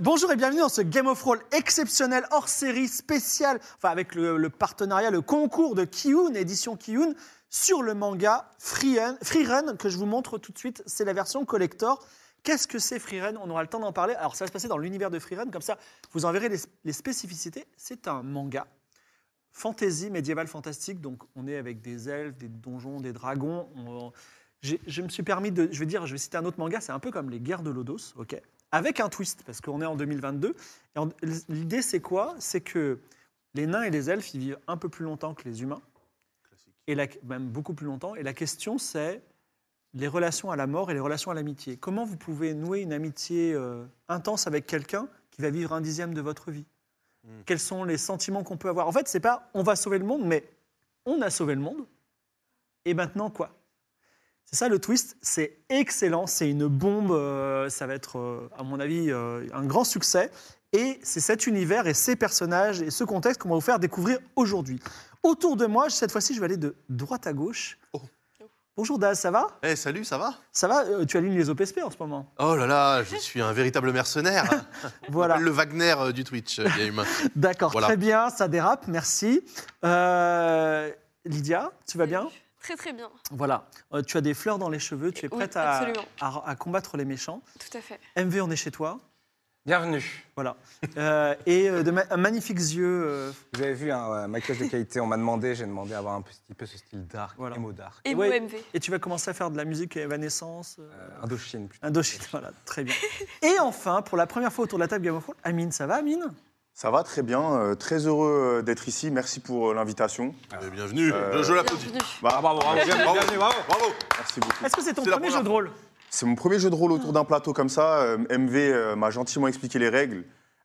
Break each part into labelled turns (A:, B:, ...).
A: Bonjour et bienvenue dans ce Game of Roll exceptionnel hors série spécial, enfin avec le, le partenariat, le concours de Kiun, édition Kiun, sur le manga Free Run, Free Run, que je vous montre tout de suite. C'est la version collector. Qu'est-ce que c'est Free Run On aura le temps d'en parler. Alors ça va se passer dans l'univers de Free Run, comme ça vous en verrez les, les spécificités. C'est un manga fantasy, médiéval fantastique, donc on est avec des elfes, des donjons, des dragons. On- j'ai- je me suis permis de, je vais dire, je vais citer un autre manga, c'est un peu comme les guerres de Lodos, ok avec un twist, parce qu'on est en 2022. Et en- l'idée, c'est quoi C'est que les nains et les elfes, ils vivent un peu plus longtemps que les humains, et la- même beaucoup plus longtemps. Et la question, c'est les relations à la mort et les relations à l'amitié. Comment vous pouvez nouer une amitié euh, intense avec quelqu'un qui va vivre un dixième de votre vie Quels sont les sentiments qu'on peut avoir En fait, c'est pas on va sauver le monde, mais on a sauvé le monde. Et maintenant quoi c'est ça le twist, c'est excellent, c'est une bombe, euh, ça va être, euh, à mon avis, euh, un grand succès. Et c'est cet univers et ces personnages et ce contexte qu'on va vous faire découvrir aujourd'hui. Autour de moi, cette fois-ci, je vais aller de droite à gauche.
B: Oh.
A: Bonjour Daz, ça va
B: Eh salut, ça va
A: Ça va Euh, Tu alignes les OPSP en ce moment.
B: Oh là là, je suis un véritable mercenaire.
A: Voilà, Ah.
B: Le Wagner euh, du Twitch, euh, Game.
A: d'accord,
B: Voilà.
A: très bien, ça dérape, merci. Euh, Lydia, tu vas bien
C: Très très bien,
A: Voilà, Euh, tu as des fleurs dans les cheveux, tu es
C: Oui,
A: prête à-
C: absolument.
A: à- à combattre les méchants.
C: tout à fait.
A: MV, on est chez toi
D: Bienvenue.
A: Voilà. Euh, et euh, de ma- un magnifique yeux. euh,
D: Vous avez vu un euh, maquillage de qualité, on m'a demandé, j'ai demandé à avoir un petit peu ce style dark,
A: Voilà.
D: emo dark.
C: Et
A: Ouais.
C: vous, MV
A: et tu vas commencer à faire de la musique évanescence. euh,
D: Euh, Indochine, plutôt.
A: Indochine,
B: Euh,
A: voilà, très bien. Et enfin, pour la première fois autour de la table Game of Thrones, Amine, ça va Amine
E: Ça va très bien, euh, très heureux euh, d'être ici. Merci pour euh, l'invitation.
B: Mais bienvenue,
E: Euh,
B: je, je l'applaudis.
C: Bienvenue.
E: Bah,
D: Ah, bravo, bravo, bienvenue,
B: Bravo.
D: bienvenue, bravo.
B: Bravo
E: Merci beaucoup.
A: Est-ce que c'est ton
B: C'est la
A: premier
B: première
A: jeu de rôle
E: C'est mon premier jeu de rôle autour d'un plateau comme ça. Euh, MV euh, m'a gentiment expliqué les règles.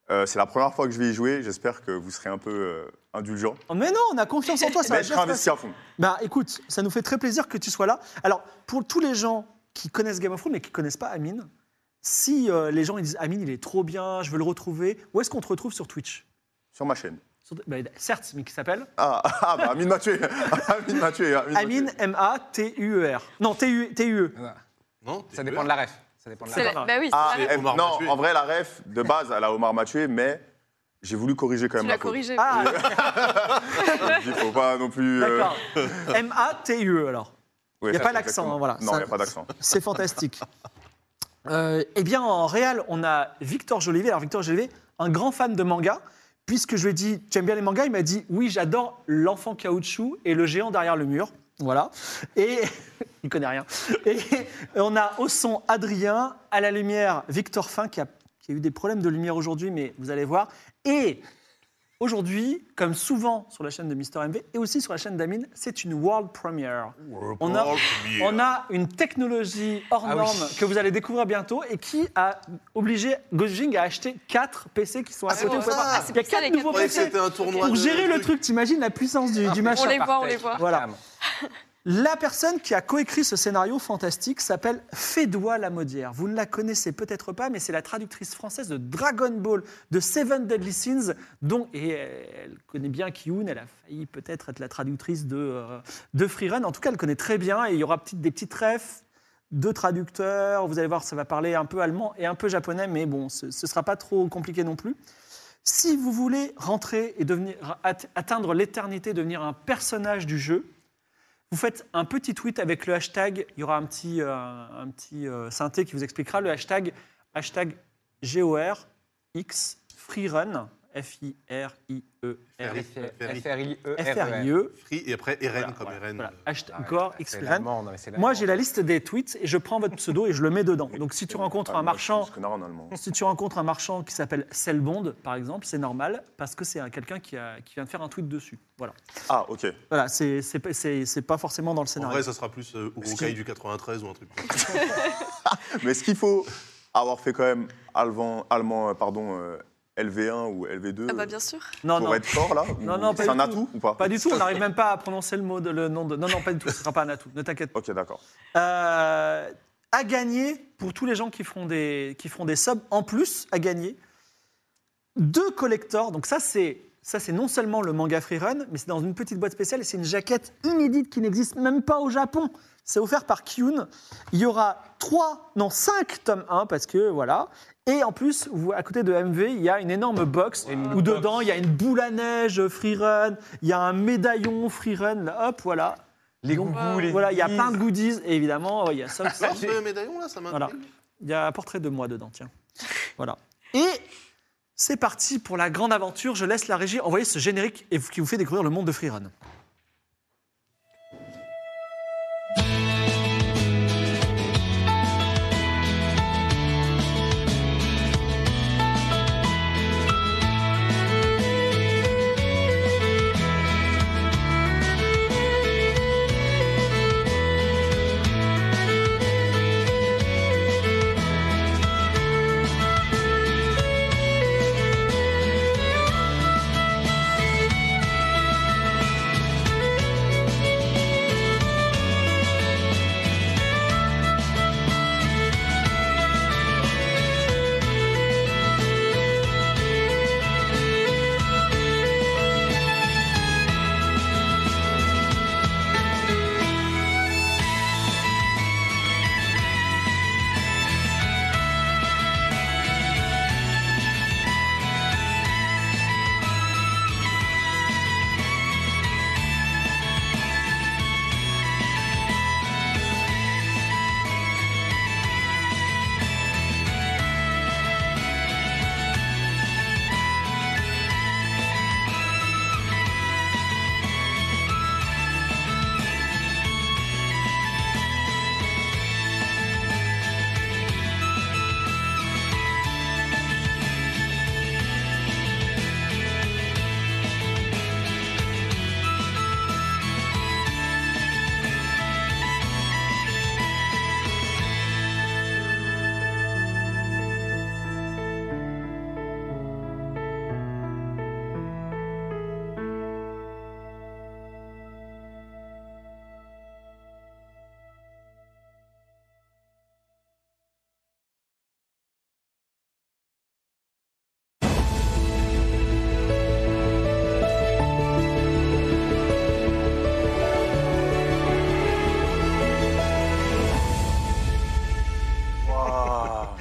E: Euh, C'est la première fois que je vais y jouer. J'espère que vous serez un peu euh, indulgents.
A: Oh, Mais non, on a confiance en toi, ça
B: Ben,
E: Mais
A: va
E: je
A: bien se
E: serai
A: passer.
E: investi à fond.
A: Bah écoute, ça nous fait très plaisir que tu sois là. Alors, pour tous les gens qui connaissent Game of Thrones mais qui connaissent pas Amine, si euh, les gens ils disent Amine, il est trop bien, je veux le retrouver, où est-ce qu'on te retrouve sur Twitch
E: Sur ma chaîne.
A: Sur- bah, Certes, mais qui s'appelle
E: Ah, ah, bah, Amine m'a tué. Amine m'a tué. Amine m'a tué.
A: Amine, M-A-T-U-E-R. E Non, T-U-
B: Euh,
A: T-U-E.
D: Voilà.
B: Non, t'es
D: Ça dépend de
B: vert.
D: la ref. Ça dépend de la
C: C'est
D: ref.
C: la-
A: grave.
C: Bah oui, c'est
E: Ah,
C: la
B: C'est
E: eh,
B: Omar m'a
E: non,
B: tué.
E: en vrai, la ref de base, elle a Omar m'a tué, mais j'ai voulu corriger quand
C: Tu
E: même la
C: l'as
E: faute.
C: corrigé.
A: Ah,
E: Il faut pas non plus. euh,
A: D'accord. M-A-T-U-E E, alors.
E: ouais,
A: Y a pas
E: exactement.
A: l'accent, hein, voilà.
E: Non, il
A: Ça-
E: n'y a pas d'accent.
A: C'est fantastique. Euh, eh bien, en réel, on a Victor Jolivet. Alors, Victor Jolivet, un grand fan de manga, puisque je lui ai dit Tu aimes bien les mangas Il m'a dit Oui, j'adore l'enfant caoutchouc et le géant derrière le mur. Voilà. Et il connaît rien. Et on a au son Adrien, à la lumière Victor Fin, qui a, qui a eu des problèmes de lumière aujourd'hui, mais vous allez voir. Et aujourd'hui, comme souvent sur la chaîne de Mister MV et aussi sur la chaîne d'Amine, c'est une world premiere. On a, on a une technologie hors
D: Ah oui.
A: norme que vous allez découvrir bientôt et qui a obligé Gojing à acheter 4 PC qui sont à
B: c'est
A: côté. Vous
B: pour
A: pouvez
B: ça.
A: voir,
B: Ah, c'est
A: Il y a
C: pour ça,
A: 4
C: les
A: nouveaux
C: quatre
B: Ouais, que
A: PC
B: c'était un tournoi
A: pour
B: de-
A: gérer le
B: de-
A: truc. T'imagines la puissance
B: Ah,
A: du, du
C: On
A: machin.
C: les voit, on les voit.
A: Voilà.
D: Carrément.
A: La personne qui a coécrit ce scénario fantastique s'appelle Fédois Lamodière. Vous ne la connaissez peut-être pas, mais c'est la traductrice française de Dragon Ball, de Seven Deadly Sins, dont, et elle connaît bien Kiyun, elle a failli peut-être être la traductrice de, euh, de Freerun. En tout cas, elle connaît très bien et il y aura petit- des petits trèfles de traducteurs. Vous allez voir, ça va parler un peu allemand et un peu japonais, mais bon, ce ne sera pas trop compliqué non plus. Si vous voulez rentrer et devenir, at- atteindre l'éternité, devenir un personnage du jeu, vous faites un petit tweet avec le hashtag. Il y aura un petit, euh, un petit euh, synthé qui vous expliquera le hashtag, hashtag GORX Freerun, F-I-R-I-E-R.
B: F-R-I-
D: E
F: E
D: F-R-I-E-R-E.
A: F-R-I-E.
B: Free et après Eren
A: Voilà,
B: comme
A: voilà,
B: Eren.
A: voilà.
B: euh,
A: Hashtag
D: Ah ouais,
A: GORX
D: C'est
A: Freerun.
D: l'allemand, non, mais c'est l'allemand.
A: Moi, j'ai la liste des tweets et je prends votre pseudo et je le mets dedans. Donc, si tu rencontres un marchand
E: Ah, Je connais rien en allemand.
A: si tu rencontres un marchand qui s'appelle Selbond, par exemple, c'est normal parce que c'est un- quelqu'un qui, a- qui vient de faire un tweet dessus. Voilà.
E: Ah, ok.
A: Voilà, c'est c'est pas- c'est- c'est pas forcément dans le
B: En
A: scénario.
B: vrai, ça sera plus euh, au
E: Est-ce
B: Rocaille
E: qu'il-
B: du 93 ou un truc.
E: Mais ce qu'il faut avoir fait quand même allemand, allemand, euh, pardon, euh, LV1 ou LV2
C: Ah bah
E: euh,
C: bien sûr.
A: Non,
E: pour
A: non,
E: être fort là
A: Non,
E: ou-
A: non, pas
E: C'est
A: du
E: un
A: tout.
E: atout ou pas
A: pas du tout. On n'arrive même pas à prononcer le mot, de- le nom de. Non, non, pas du tout. Ce sera pas un atout. Ne t'inquiète pas.
E: Ok, d'accord.
A: Euh, à gagner, pour tous les gens qui feront des, qui feront des subs, en plus, à gagner, deux collectors. Donc ça, c'est... Ça, c'est non seulement le manga Free Run, mais c'est dans une petite boîte spéciale et c'est une jaquette inédite qui n'existe même pas au Japon. C'est offert par Kyun. Il y aura trois, non, cinq tomes 1 parce que voilà. Et en plus, vous- à côté de MV, il y a une énorme box où dedans, il y a une boule à neige Free Run, il y a un médaillon Free Run, là, hop, voilà.
D: Les
A: Donc,
D: gougous, les
A: Voilà, il y a
D: gougous.
A: plein de goodies, et évidemment, ouais, il y a ça aussi.
B: Alors, ce médaillon là, ça m'intrigue.
A: Voilà. Il y a un portrait de moi dedans, tiens. Voilà. Et c'est parti pour la grande aventure. Je laisse la régie envoyer ce générique et qui vous fait découvrir le monde de Freerun.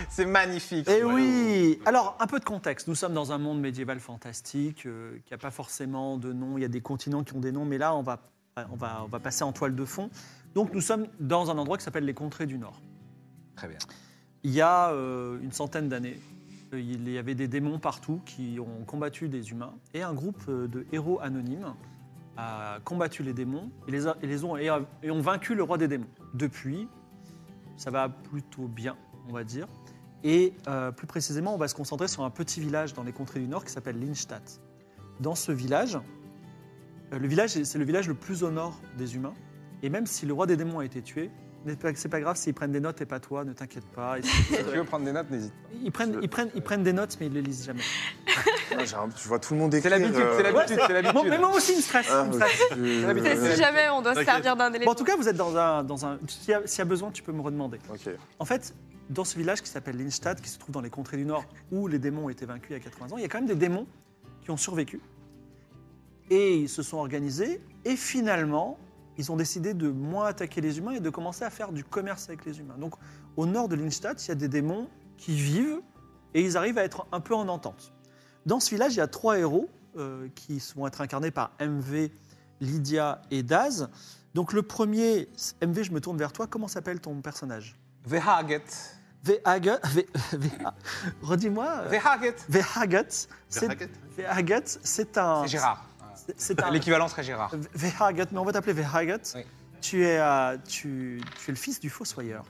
D: C'est magnifique.
A: Et oui Alors, un peu de contexte. Nous sommes dans un monde médiéval fantastique, euh, qui n'a pas forcément de nom. Il y a des continents qui ont des noms, mais là, on va, on va, on va passer en toile de fond. Donc, nous sommes dans un endroit qui s'appelle les Contrées du Nord.
D: Très bien.
A: Il y a euh, une centaine d'années, euh, il y avait des démons partout qui ont combattu des humains. Et un groupe euh, de héros anonymes a combattu les démons et les, a- et les ont, et a- et ont vaincu le roi des démons. Depuis, ça va plutôt bien, on va dire. Et euh, plus précisément, on va se concentrer sur un petit village dans les contrées du Nord qui s'appelle Lindstadt. Dans ce village, euh, le village est- c'est le village le plus au nord des humains. Et même si le roi des démons a été tué, n'est pas- c'est pas grave s'ils prennent des notes et pas toi, ne t'inquiète pas. Ils sont-
D: Si tu veux prendre des notes, n'hésite pas.
A: Ils prennent, ils, prennent, ils prennent des notes, mais ils ne les lisent jamais.
E: Ah, j'ai un- Je vois tout le monde
D: C'est
E: écrire.
D: l'habitude,
E: euh,
D: c'est l'habitude, c'est
F: Ah,
A: Bon, mais
D: l'habitude.
A: moi aussi, il me stresse.
E: ah,
A: il me
E: je-
A: stresse.
D: l'habitude,
C: C'est
D: Euh,
C: si jamais on doit se
B: t'inquiète.
C: servir d'un élément.
A: Bon, en tout cas, vous êtes dans un. Dans un S'il y, a- s'il y a besoin, tu peux me redemander.
E: Ok.
A: En fait, dans ce village qui s'appelle Lindstadt, qui se trouve dans les contrées du Nord, où les démons ont été vaincus il y a 80 ans, il y a quand même des démons qui ont survécu. Et ils se sont organisés, et finalement, ils ont décidé de moins attaquer les humains et de commencer à faire du commerce avec les humains. Donc, au nord de Lindstadt, il y a des démons qui vivent, et ils arrivent à être un peu en entente. Dans ce village, il y a trois héros euh, qui vont être incarnés par MV, Lydia et Daz. Donc, le premier, MV, je me tourne vers toi, comment s'appelle ton personnage
D: Verhaget.
A: Vehaget, redis-moi. euh,
D: Verhaget.
A: Vehaget, c'est
B: Verhaget
A: Vehaget, c'est un.
D: C'est Gérard.
A: c'est- C'est un.
D: L'équivalent serait Gérard.
A: Vehaget, mais on va t'appeler Vehaget.
D: Oui.
A: Tu es, euh, tu, tu es le fils du fossoyeur.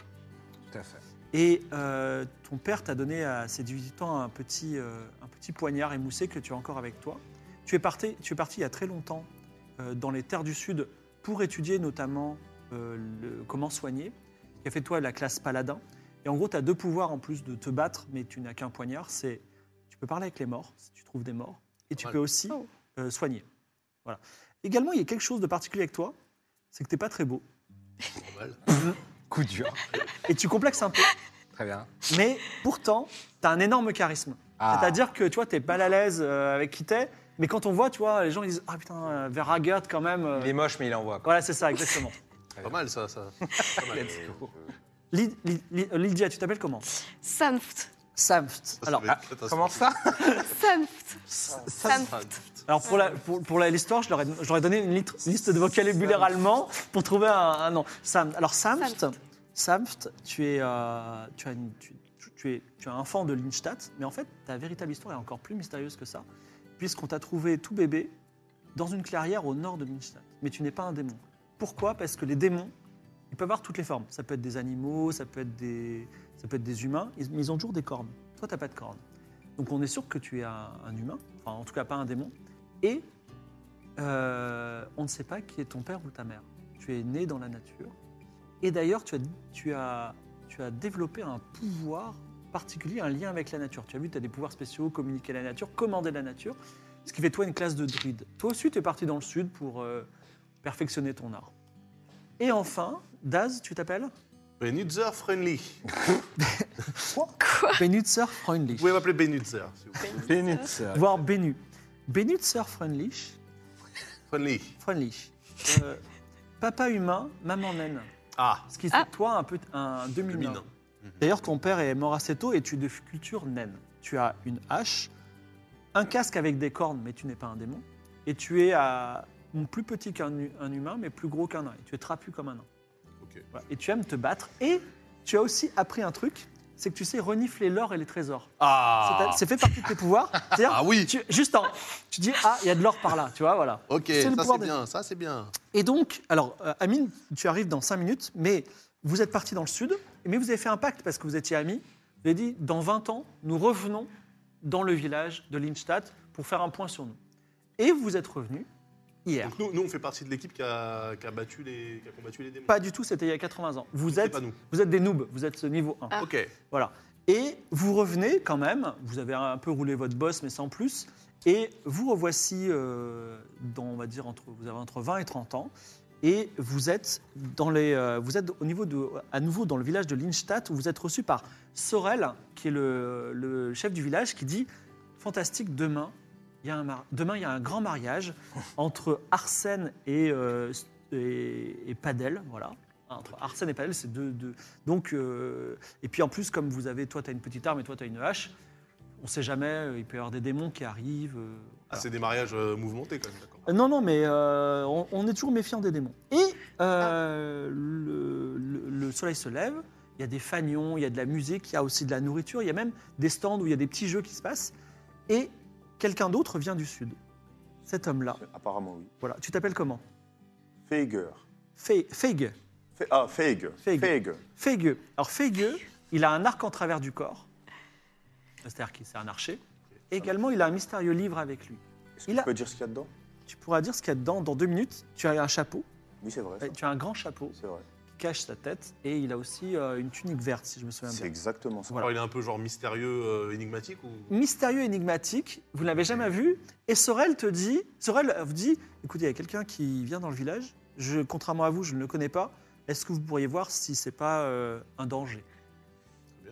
D: Tout à fait.
A: Et euh, ton père t'a donné à ses 18 ans un petit, euh, un petit poignard émoussé que tu as encore avec toi. Tu es parti, tu es parti il y a très longtemps euh, dans les terres du Sud pour étudier notamment euh, le- comment soigner, ce qui a fait de toi la classe paladin. Et Et en gros, tu as deux pouvoirs en plus de te battre, mais tu n'as qu'un poignard. C'est tu peux parler avec les morts, si tu trouves des morts, et tu
B: Pas mal.
A: peux aussi euh, soigner. Voilà. Également, il y a quelque chose de particulier avec toi, c'est que t'es pas très beau.
B: Normal.
D: Coup dur.
A: Et tu complexes un peu,
D: Très bien.
A: mais pourtant, tu as un énorme charisme.
D: Ah.
A: C'est-à-dire que tu vois, t'es mal à l'aise euh, avec qui t'es, mais quand on voit, tu vois, les gens ils disent Ah putain, euh, Veragard quand même. euh.
D: Il est moche, mais il envoie. Quoi.
A: Voilà, c'est ça, exactement.
B: Pas mal ça, ça. Pas mal.
D: Let's go.
A: Lyd- Lyd- Lyd- euh, Lydia, tu t'appelles comment
C: Sanft.
A: Samft.
B: Ça, ça
A: Alors, ah,
B: va être catastrophique.
D: Comment ça
C: Sanft. Sanft.
B: Ah,
A: alors pour l'histoire, pour, pour la- l'histoire, je leur ai, je leur ai donné une lit- liste de vocabulaire allemand pour trouver un, un nom. Sam, alors Samft,
C: Samft.
A: Samft, tu es, euh, tu as une- tu- tu- tu es, tu es un enfant de Lindstadt, mais en fait, ta véritable histoire est encore plus mystérieuse que ça, puisqu'on t'a trouvé tout bébé dans une clairière au nord de Lindstadt. Mais tu n'es pas un démon. Pourquoi Parce que les démons, ils peuvent avoir toutes les formes. Ça peut être des animaux, ça peut être des, ça peut être des humains, ils, mais ils ont toujours des cornes. Toi, t'as pas de cornes. Donc on est sûr que tu es un, un humain, enfin en tout cas pas un démon, et euh, on ne sait pas qui est ton père ou ta mère. Tu es né dans la nature. Et d'ailleurs, tu as, tu, as, tu as développé un pouvoir particulier, un lien avec la nature. Tu as vu, tu as des pouvoirs spéciaux, communiquer la nature, commander la nature, ce qui fait de toi une classe de druide. Toi aussi, tu es parti dans le sud pour euh, perfectionner ton art. Et enfin, Daz, tu t'appelles
B: Benutzer Friendly. Vous
A: Benutzer Freundlich,
B: pouvez m'appeler Benutzer, s'il vous plaît.
D: Benutzer.
A: voire Benu. Benutzer Freundlich,
B: Friendly.
A: Freundlich. Euh, papa humain, maman naine.
B: Ah,
A: Ce qui fait de toi un, peu, un demi-nain.
B: demi-nain.
A: D'ailleurs, ton père est mort assez tôt et tu es de culture naine. Tu as une hache, un casque avec des cornes, mais tu n'es pas un démon. Et tu es à- plus petit qu'un hu- un humain, mais plus gros qu'un nain. Et tu es trapu comme un nain.
B: Ok.
A: Voilà. Et tu aimes te battre. Et tu as aussi appris un truc, c'est que tu sais renifler l'or et les trésors.
B: Ah,
A: C'est c'est fait partie de tes pouvoirs. C'est-à-dire,
B: Ah oui.
A: tu- juste en, tu dis, ah, il y a de l'or par là, tu vois, voilà.
B: ok,
A: c'est le
B: ça
A: pouvoir
B: c'est
A: des-
B: bien, ça c'est bien.
A: Et donc, alors, euh, Amine, tu arrives dans 5 minutes, mais vous êtes parti dans le sud, mais vous avez fait un pacte parce que vous étiez amis. Vous avez dit, dans 20 ans, nous revenons dans le village de Lindstadt pour faire un point sur nous. Et vous êtes revenu hier.
B: Donc nous, nous, on fait partie de l'équipe qui a, qui a battu les, qui a combattu les démons.
A: Pas du tout, c'était il y a 80 ans. Vous
B: C'est
A: êtes,
B: pas nous.
A: vous êtes des noobs, vous êtes niveau 1.
C: Ah.
B: Ok.
A: Voilà. Et vous revenez quand même, vous avez un peu roulé votre boss, mais sans plus. Et vous revoici, euh, dans, on va dire, entre, vous avez entre 20 et 30 ans. Et vous êtes, dans les, euh, vous êtes au niveau de, à nouveau dans le village de Lindstadt, où vous êtes reçu par Sorel, qui est le, le chef du village, qui dit Fantastique, demain, il y a un, mar- demain, il y a un grand mariage entre Arsène et, euh, et, et Padel. Voilà. Entre Arsène et Padel, c'est deux. deux- Donc. euh, et puis en plus, comme vous avez, toi, tu as une petite arme et toi, tu as une hache, on sait jamais, euh, il peut y avoir des démons qui arrivent. euh,
B: Ah,
A: voilà.
B: c'est des mariages euh, mouvementés quand même, d'accord.
A: Euh, Non, non, mais euh, on, on est toujours méfiant des démons. Et euh, le, le- le soleil se lève, il y a des fanions, il y a de la musique, il y a aussi de la nourriture, il y a même des stands où il y a des petits jeux qui se passent. Et quelqu'un d'autre vient du sud. Cet homme-là.
E: Apparemment, oui.
A: Voilà. Tu t'appelles comment
E: Feiger.
A: Fe- Feig.
E: Fe- ah, Feig.
A: Feig. Feig. Alors Feig, il a un arc en travers du corps. C'est-à-dire qu'il c'est un archer. Également, il a un mystérieux livre avec lui.
E: Est-ce que
A: Il
E: tu
A: a-
E: peux dire ce qu'il y a dedans
A: Tu pourras dire ce qu'il y a dedans dans deux minutes. Tu as un chapeau,
E: Oui, c'est vrai. ça.
A: Euh, tu as un grand chapeau
E: C'est vrai.
A: qui cache sa tête et il a aussi euh, une tunique verte, si je me souviens
E: C'est
A: bien.
E: exactement ça.
B: Alors, il est un peu genre mystérieux, euh, énigmatique ou
A: Mystérieux, énigmatique, vous ne l'avez jamais vu. Et Sorel te dit, Sorel vous dit, écoutez, il y a quelqu'un qui vient dans le village. Je, contrairement à vous, je ne le connais pas. Est-ce que vous pourriez voir si c'est pas euh, un danger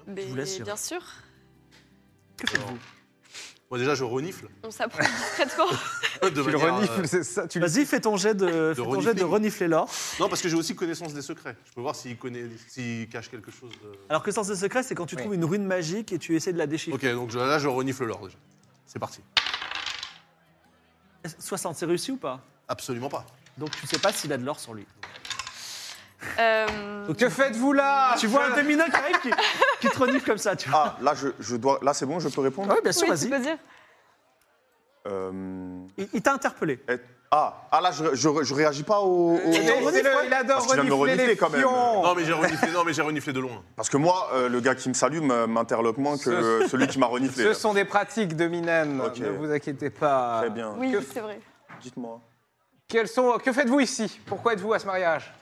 C: Mais
A: vous l'assure.
C: bien sûr,
A: Que faites-vous
B: Moi déjà, je renifle.
C: on s'approche discrètement.
B: De
D: Tu le
B: manière, euh,
D: renifles, c'est ça tu le-
A: Vas-y, fais ton jet de, fais ton jet de
B: renifler.
A: renifler l'or.
B: Non, parce que j'ai aussi connaissance des secrets. Je peux voir s'il connaît, s'il cache quelque chose. euh. de-
A: Alors que sens de secret, c'est quand tu
D: Oui.
A: trouves une rune magique et tu essaies de la déchiffrer.
B: Ok, donc je- là, je renifle l'or déjà. C'est parti.
A: Est-ce- 60, c'est réussi ou pas
B: Absolument pas.
A: Donc tu sais pas s'il a de l'or sur lui.
C: Euh,
D: Que faites-vous là
A: Tu vois un féminin qui arrive qui, qui te renifle comme ça, tu vois.
E: Ah, là, je, je dois. Là, c'est bon, je peux répondre
A: oui, Ah. bien sûr,
C: oui, tu peux
A: vas-y.
C: dire.
E: Euh,
A: Il, il t'a interpellé.
E: et- ah, ah, là, je, je, je réagis pas au. au-
D: Mais
A: renifle,
D: laissez-le,
A: ouais.
D: Il adore
E: Parce qu'il vient de me
D: renifler les
E: renifler, quand même.
D: pions.
B: Non, mais j'ai reniflé, non, mais j'ai reniflé de loin.
E: Parce que moi, euh, le gars qui me salue me- m'interloque moins que
D: Ce-
E: euh, celui qui m'a reniflé.
D: Ce
E: là.
D: sont des pratiques de Minem,
E: Ok.
D: ne vous inquiétez pas.
E: Très bien.
C: Oui,
D: Que-
C: c'est vrai.
E: Dites-moi.
D: Quels sont... Que faites-vous ici Pourquoi êtes-vous à ce mariage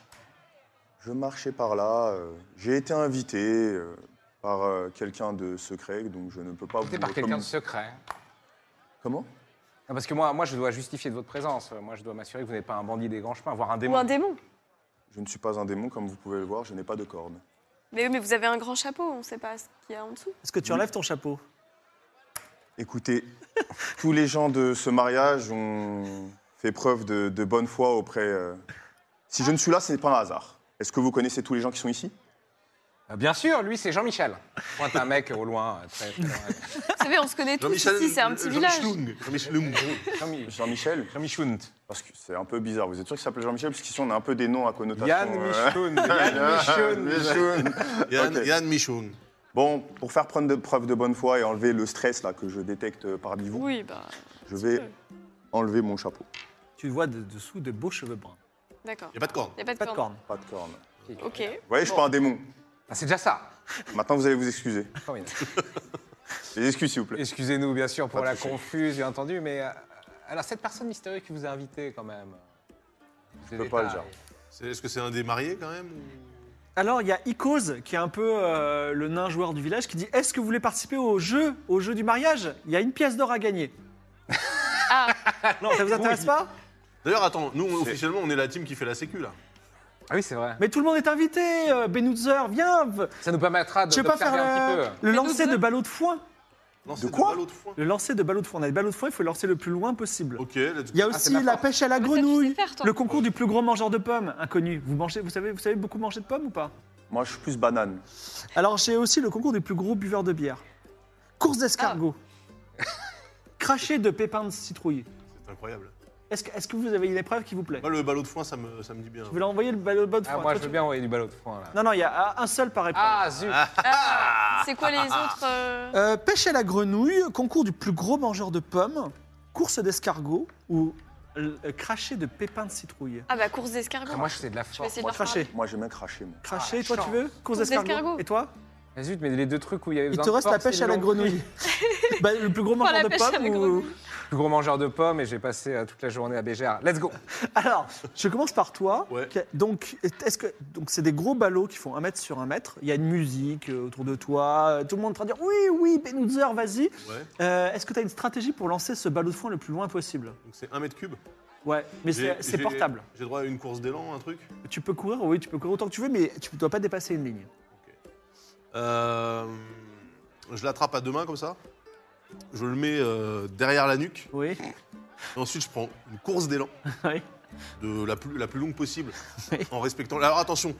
E: Je marchais par là, euh, j'ai été invité. euh, par euh, quelqu'un de secret, donc je ne peux pas vous
D: C'était par quelqu'un de
E: communiquer.
D: secret.
E: Comment
D: Non, parce que moi, moi, je dois justifier de votre présence. Moi, je dois m'assurer que vous n'êtes pas un bandit des grands chemins, voire un
C: Ou
D: démon.
C: un démon.
E: Je ne suis pas un démon, comme vous pouvez le voir, je n'ai pas de cornes.
C: Mais oui, mais vous avez un grand chapeau, on ne sait pas ce qu'il y a en dessous.
A: Est-ce que tu enlèves ton chapeau
E: Écoutez, tous les gens de ce mariage ont fait preuve de, de bonne foi auprès. euh, Si je ne suis là, ce n'est pas un hasard. Est-ce que vous connaissez tous les gens qui sont ici
D: Euh, Bien sûr, lui, c'est Jean-Michel. Pointe un mec au loin, euh, très, très loin.
C: Vous savez, on se connaît tous
B: Jean-Michel-
C: ici, c'est un petit village.
B: Jean-Michelung. Jean-Michelung.
D: Jean-Mi-
E: Jean-Michel
D: Jean-Michunt.
E: Parce que c'est un peu bizarre. Vous êtes sûr qu'il s'appelle Jean-Michel Parce qu'ici, on a un peu des noms à connotation.
D: Yann
E: euh,
D: Michunt. Yann Michunt.
E: Yann Michoun.
B: Yann,
E: Ok.
B: Yann Michung.
E: Bon, pour faire preuve de, preuve de bonne foi et enlever le stress là, que je détecte euh, parmi vous,
C: Oui, bah,
E: je vais enlever mon chapeau.
A: Tu vois de- dessous de beaux cheveux bruns.
C: d'accord.
B: Il n'y a pas de corne.
C: Il n'y a
A: Pas de cornes.
E: Pas de cornes.
C: Ok.
E: Vous voyez, je suis pas un démon.
D: Ah, c'est déjà ça.
E: Maintenant, vous allez vous excuser.
D: Formidable.
E: Les excuses, s'il vous plaît.
D: Excusez-nous, bien sûr, pour
E: Pas de
D: la
E: souci.
D: confuse, bien entendu, mais euh, alors cette personne mystérieuse qui vous a invité, quand même. Je
E: peux pas le dire.
B: C'est- Est-ce que c'est un des mariés quand même ou-
A: Alors, il y a Icos, qui est un peu euh, le nain joueur du village, qui dit Est-ce que vous voulez participer au jeu, au jeu du mariage Il y a une pièce d'or à gagner.
C: Ah,
A: Non, ça vous intéresse pas
B: D'ailleurs, attends, nous, on- officiellement, on est la team qui fait la sécu, là.
D: Ah oui, c'est vrai.
A: Mais tout le monde est invité. euh, Benutzer, viens. v-
D: Ça nous permettra de
A: Je sais pas
D: d'observer
A: faire
D: un
A: le,
D: petit Ah,
A: le lancer
C: Benutzer
A: de ballot de foin.
B: Non, c'est
E: De quoi
B: pas l'autre fois.
A: Le lancer de ballot de foin. On a des ballots de foin, il faut le lancer le plus loin possible.
B: Ok, let's
A: Il y
B: go.
A: a
D: c'est
A: aussi
D: ma
A: Ah, la
D: force.
A: pêche à la
C: Mais ça, tu sais
A: grenouille,
C: faire, toi.
A: le concours du plus grand mangeur de pommes, inconnu. Vous mangez, vous savez, vous savez beaucoup manger de pommes ou pas
E: Moi, je suis plus banane.
A: Alors j'ai aussi le concours du plus gros buveur de bière. Course d'escargot. Ah. Cracher de pépins de citrouille.
B: Ah, C'est incroyable.
A: Est-ce que, est-ce que vous avez une épreuve qui vous plaît
B: Moi, le ballot de foin, ça me, ça me dit bien.
A: Je vais l'envoyer le ballot de
D: peu.
A: foin.
D: Ah, moi,
A: Toi,
D: je veux
A: tu-
D: bien envoyer du ballot de foin, là.
A: Non, non, il y a un seul par épreuve.
D: Ah, zut
C: ah, c'est quoi les autres euh,
A: Euh, pêche à la grenouille, concours du plus gros mangeur de pommes, course d'escargot ou euh, cracher de pépins de citrouille.
C: Ah, bah, course d'escargot.
D: Ah, Moi, je sais de la
C: Je vais
D: force.
C: essayer de leur
A: Cracher.
E: Moi, j'ai même craché, moi.
A: Cracher,
D: Ah,
A: toi tu
D: chance.
A: veux Course d'escargot.
C: d'escargot.
A: Et toi
D: Ah, zut, mais les deux trucs où il y avait
A: Il
D: besoin
A: te
D: de
A: reste la
D: force,
A: pêche
D: ils
A: à la
D: l'ont
A: grenouille.
D: pris.
A: Bah, le plus gros
C: parler.
A: mangeur
C: Oh, la
A: de
C: pêche à
A: pommes
C: la
A: ou...
C: grenouille.
D: Plus gros mangeur de pommes et j'ai passé euh, toute la journée à Bégère. Let's go
A: Alors, je commence par toi.
B: Ouais.
A: Ok, Donc, est-ce que donc c'est des gros ballots qui font un mètre sur un mètre Il y a une musique euh, autour de toi. euh, Tout le monde est en train de dire oui, oui, Benutzer, vas-y.
B: Ouais,
A: Euh, est-ce que tu as une stratégie pour lancer ce ballot de foin le plus loin possible
B: donc c'est un mètre cube.
A: Ouais, mais
B: J'ai-
A: c'est c'est
B: j'ai-
A: portable.
B: J'ai droit à une course d'élan, un truc.
A: Tu peux courir, oui, tu peux courir autant que tu veux, mais tu ne dois pas dépasser une ligne.
B: Euh, je l'attrape à deux mains comme ça. Je le mets euh, derrière la nuque.
A: Oui.
B: Et ensuite, je prends une course d'élan
A: oui.
B: de la plus, la plus longue possible,
A: Oui.
B: en respectant. Alors attention,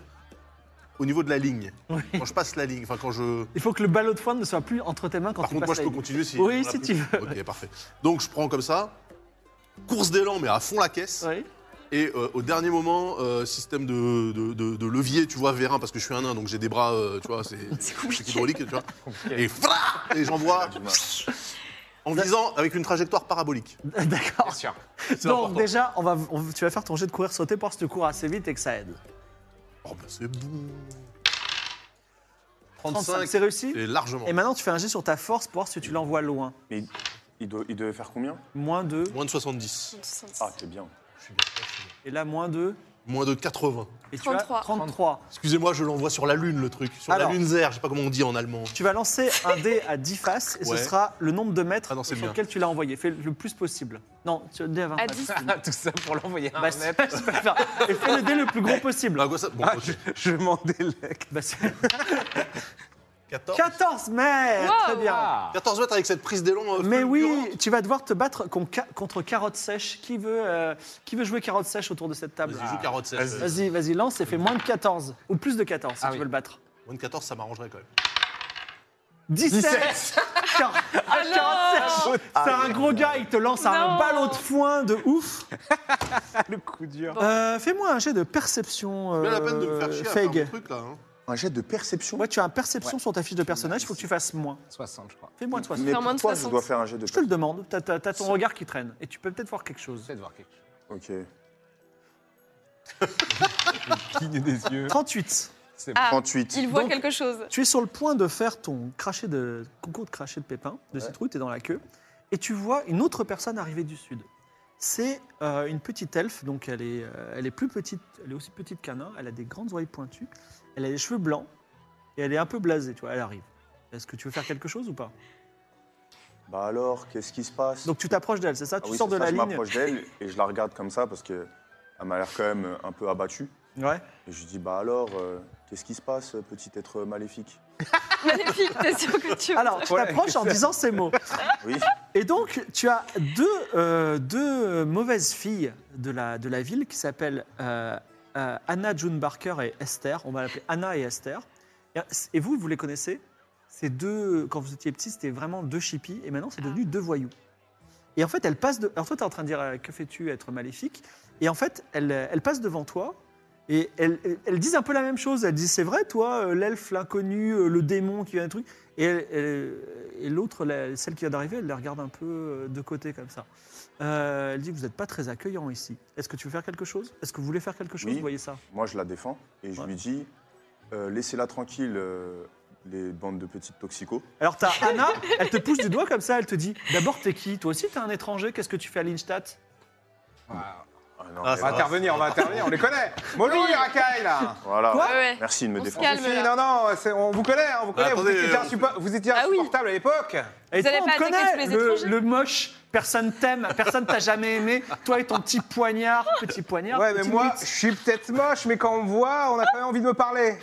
B: au niveau de la ligne.
A: Oui.
B: Quand je passe la ligne, enfin quand je.
A: Il faut que le ballot de foin ne soit plus entre tes mains quand
B: Par
A: tu
B: contre, moi,
A: passes
B: je peux
A: la ligne.
B: continuer si.
A: Oui,
B: on l'a
A: si
B: plus.
A: tu veux.
B: Ok, parfait. Donc, je prends comme ça. Course d'élan, mais à fond la caisse.
A: Oui.
B: Et euh, au dernier moment, euh, système de, de- de- de levier, tu vois, vérin, parce que je suis un nain, donc j'ai des bras, euh, tu vois, c'est c'est hydraulique, tu vois. Et, fra- et j'envoie en visant avec une trajectoire parabolique.
A: D'accord.
D: Bien sûr.
B: C'est
A: Donc
B: important.
A: déjà, on va, on- tu vas faire ton jet de courir sauter pour que tu cours assez vite et que ça aide.
B: Oh, bah, c'est bon.
A: 35,
B: 35,
A: c'est réussi
B: et largement.
A: Et maintenant, tu fais un jet sur ta force pour voir si tu l'envoies loin.
E: Mais il- il, doit- il devait faire combien
A: Moins 2,
B: Moins de 70.
E: Ah, c'est bien.
A: et là, moins 2.
B: Moins de 80.
A: Et tu
C: 33.
A: as 33.
B: Excusez-moi, je l'envoie sur la Lune, le truc. Sur
A: Alors.
B: la Lune Zer, je sais pas comment on dit en allemand.
A: Tu vas lancer un dé à 10 faces et
B: Ouais.
A: ce sera le nombre de mètres
B: Ah non, c'est
A: sur
B: bien.
A: lequel tu l'as envoyé. Fais le plus possible. Non, tu as le dé à 20
C: À
A: faces.
C: 10.
D: Ah, Tout ça pour l'envoyer à un
A: Bah, c'est-
D: net.
A: tu peux le faire. Et fais le dé le plus gros possible.
B: Ah, quoi, ça Bon,
D: Ah,
B: ok.
D: je, je m'en délecte.
A: Bah, c'est-
B: 14.
A: 14 mètres Très bien.
D: Ah.
B: 14 mètres avec cette prise d'élan. euh,
A: Mais
B: fulgurante.
A: oui, tu vas devoir te battre con- ca- contre Carotte Sèche. Qui veut, euh, qui veut jouer Carotte Sèche autour de cette table
B: Ah,
A: Ah.
B: Vas-y, joue carotte sèche.
D: Vas-y.
A: Vas-y, vas-y, lance et fais moins de 14. Ou plus de 14 si
D: Ah
A: tu
D: oui.
A: veux le battre.
B: Moins de 14, ça m'arrangerait quand même.
A: Euh, 17 Car- Ah, Carotte Sèche C'est un gros gars, il te lance un
C: Non.
A: ballot de foin de ouf.
D: Le coup dur.
A: Euh, Fais-moi un jet de perception,
B: Bien la peine de me faire
A: euh,
B: chier à faire
A: Feg.
B: mon truc là. hein.
E: Un jet de perception
A: Moi, tu as un perception sur ta fiche de personnage, il faut que tu fasses moins.
D: 60, je crois.
A: Fais moins de 60.
E: Mais
C: Faire moins de
E: pourquoi je
C: 60.
E: dois faire un jet de
A: Je te le
E: perception
A: demande, t'as t'as- t'as ton regard qui traîne et tu peux peut-être voir quelque chose.
D: J'essaie de voir quelque chose.
E: Ok.
D: Cligne des yeux.
A: 38.
D: C'est
C: Ah,
E: 38.
C: il voit
A: Donc-
C: quelque chose.
A: Tu es sur le point de faire ton craché de concours de craché de pépins, de citrouille, tu es dans la queue, et tu vois une autre personne arriver du sud. C'est euh, une petite elfe, donc elle est, euh, elle est plus petite, elle est aussi petite qu'un nain, elle a des grandes oreilles pointues, elle a des cheveux blancs, et elle est un peu blasée, tu vois, elle arrive. Est-ce que tu veux faire quelque chose ou pas
E: Bah alors, qu'est-ce qui se passe
A: Donc tu t'approches d'elle, c'est ça
E: Ah
A: Tu
E: oui,
A: sors
E: c'est
A: de la
E: ça, Je
A: ligne
E: m'approche d'elle et je la regarde comme ça parce que elle m'a l'air quand même un peu abattue.
A: Ouais.
E: Et je lui dis bah alors, euh, qu'est-ce qui se passe, petit être maléfique
C: Maléfique, t'es sûr que tu veux
A: Alors, tu
D: Ouais.
A: t'approches en disant ces mots.
E: Oui.
A: Et donc, tu as deux, euh, deux mauvaises filles de la, de la ville qui s'appellent euh, euh, Anna June Barker et Esther. On va l'appeler Anna et Esther. Et, ah, et vous, vous les connaissez Ces deux, quand vous étiez petit, c'était vraiment deux chippies. Et maintenant, c'est devenu deux voyous. Et en fait, elles passent de. Alors, toi, tu es en train de dire euh, Que fais-tu être maléfique Et en fait, elles, elles passent devant toi. Et elles, elles disent un peu la même chose. Elles disent C'est vrai, toi, euh, l'elfe, l'inconnu, euh, le démon qui vient un truc. Et, elle- elle- et l'autre, la- celle qui vient d'arriver, elle les regarde un peu euh, de côté comme ça. Euh, elle dit Vous n'êtes pas très accueillant ici. Est-ce que tu veux faire quelque chose Est-ce que vous voulez faire quelque chose
E: Oui.
A: Vous voyez ça
E: Moi je la défends et je
A: Ouais.
E: lui dis euh, laissez-la tranquille euh, les bandes de petites toxicos.
A: Alors, t'as Anna, elle te pousse du doigt comme ça, elle te dit D'abord, t'es qui Toi aussi, t'es un étranger, qu'est-ce que tu fais à Lindstadt
D: Ah,
E: Ah, non,
B: Ah,
E: mais-
D: on va intervenir, on va intervenir, on les connaît. Mollo et Rakai, là.
E: voilà.
A: Quoi
C: Ouais, ouais.
E: Merci de me
C: On se
E: défendre.
C: calme.
D: Si,
C: là.
D: non, non, c'est- on vous connaît, on vous connaît. vous,
B: attendez,
D: étiez
B: on-
D: insuppo- vous étiez
C: Ah oui.
D: insupportable à l'époque.
A: Et
C: Vous allez
A: toi,
C: pas
A: on
C: attaquer
A: connaît
C: tous les
A: le,
C: étrangers
A: le moche, personne t'aime, personne t'a jamais aimé. Toi et ton petit poignard, petit poignard.
D: Ouais, mais
A: petit
D: moi,
A: mythe.
D: je suis peut-être moche, mais quand on me voit, on a quand même envie de me parler.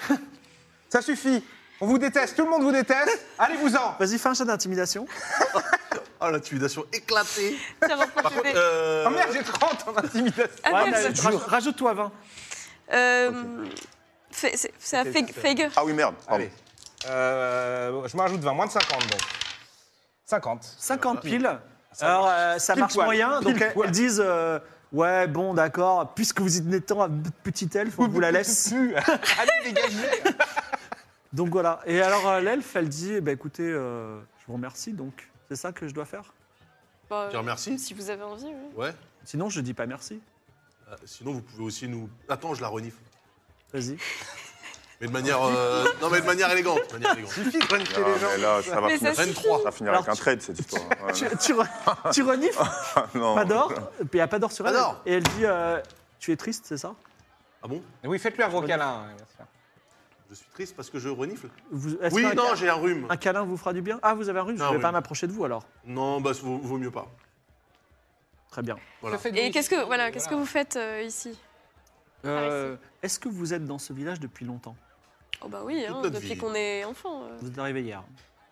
D: Ça suffit. On vous déteste, tout le monde vous déteste. Allez-vous-en.
A: Vas-y, fais un chat d'intimidation.
B: Ah, l'intimidation éclatée.
C: Tiens, mon
B: Par
C: prochain
B: contre,
C: bébé.
B: euh,
D: Oh merde, j'ai 30 en intimidation.
C: Ah,
A: Ouais,
C: merde.
A: mais raj- Rajoute-toi 20.
C: Euh, fait- c'est- C'est à Feg- Feger.
E: Ah oui merde. pardon.
D: Allez. Euh, je m'en rajoute 20, moins de 50, donc. 50.
A: 50 piles.
D: Ah, Ça
A: Alors, euh, ça
D: Pile
A: marche
D: poil.
A: moyen.
D: Pile
A: Donc, elles-
D: poil.
A: elles disent euh, Ouais, bon, d'accord, puisque vous y tenez tant à petit elfe, on vous la laisse.
D: Allez, dégagez.
A: Donc, voilà. Et alors, euh, l'elfe, elle dit bah, Écoutez, euh, je vous remercie, donc c'est ça que je dois faire.
C: Bah,
B: Je remercie.
C: Si vous avez envie, oui.
B: Ouais.
A: Sinon, je dis pas merci.
B: Euh, Sinon, vous pouvez aussi nous. Attends, je la renifle.
A: Vas-y.
B: Mais de manière. euh, Non, mais de manière élégante. de manière élégante.
D: Suffit de
E: Ah,
D: renifler les gens.
E: mais là, ça va
C: Mais
E: finir,
C: ça suffit.
B: 23.
E: ça va finir
A: Alors,
E: avec un trade cette histoire.
B: Ah,
E: Ouais,
A: Tu, tu re- tu renifles
B: Oh,
E: non.
A: pas d'or, euh, il n'y a pas d'or sur elle.
B: Pador.
A: Et elle dit euh, Tu es triste, c'est ça
B: Ah bon
D: Oui, faites-lui un gros câlin. ouais, hein, bien sûr.
B: Je suis triste parce que je renifle.
A: Vous- est-ce
B: Oui,
A: qu'un
B: non,
A: câlin-
B: j'ai un rhume.
A: Un câlin vous fera du bien Ah, vous avez un rhume, je
B: Ah,
A: ne vais
B: oui.
A: pas m'approcher de vous alors.
B: Non, bah, vaut, vaut mieux pas.
A: Très bien.
B: Voilà.
D: Je fais
C: Et
D: du-
C: qu'est-ce que, voilà, qu'est-ce que vous faites euh, ici
A: Euh, Est-ce que vous êtes dans ce village depuis longtemps
C: Oh bah oui,
B: Toute
C: hein,
B: notre
C: depuis
B: vie.
C: qu'on est enfant. euh.
A: Vous êtes arrivé hier.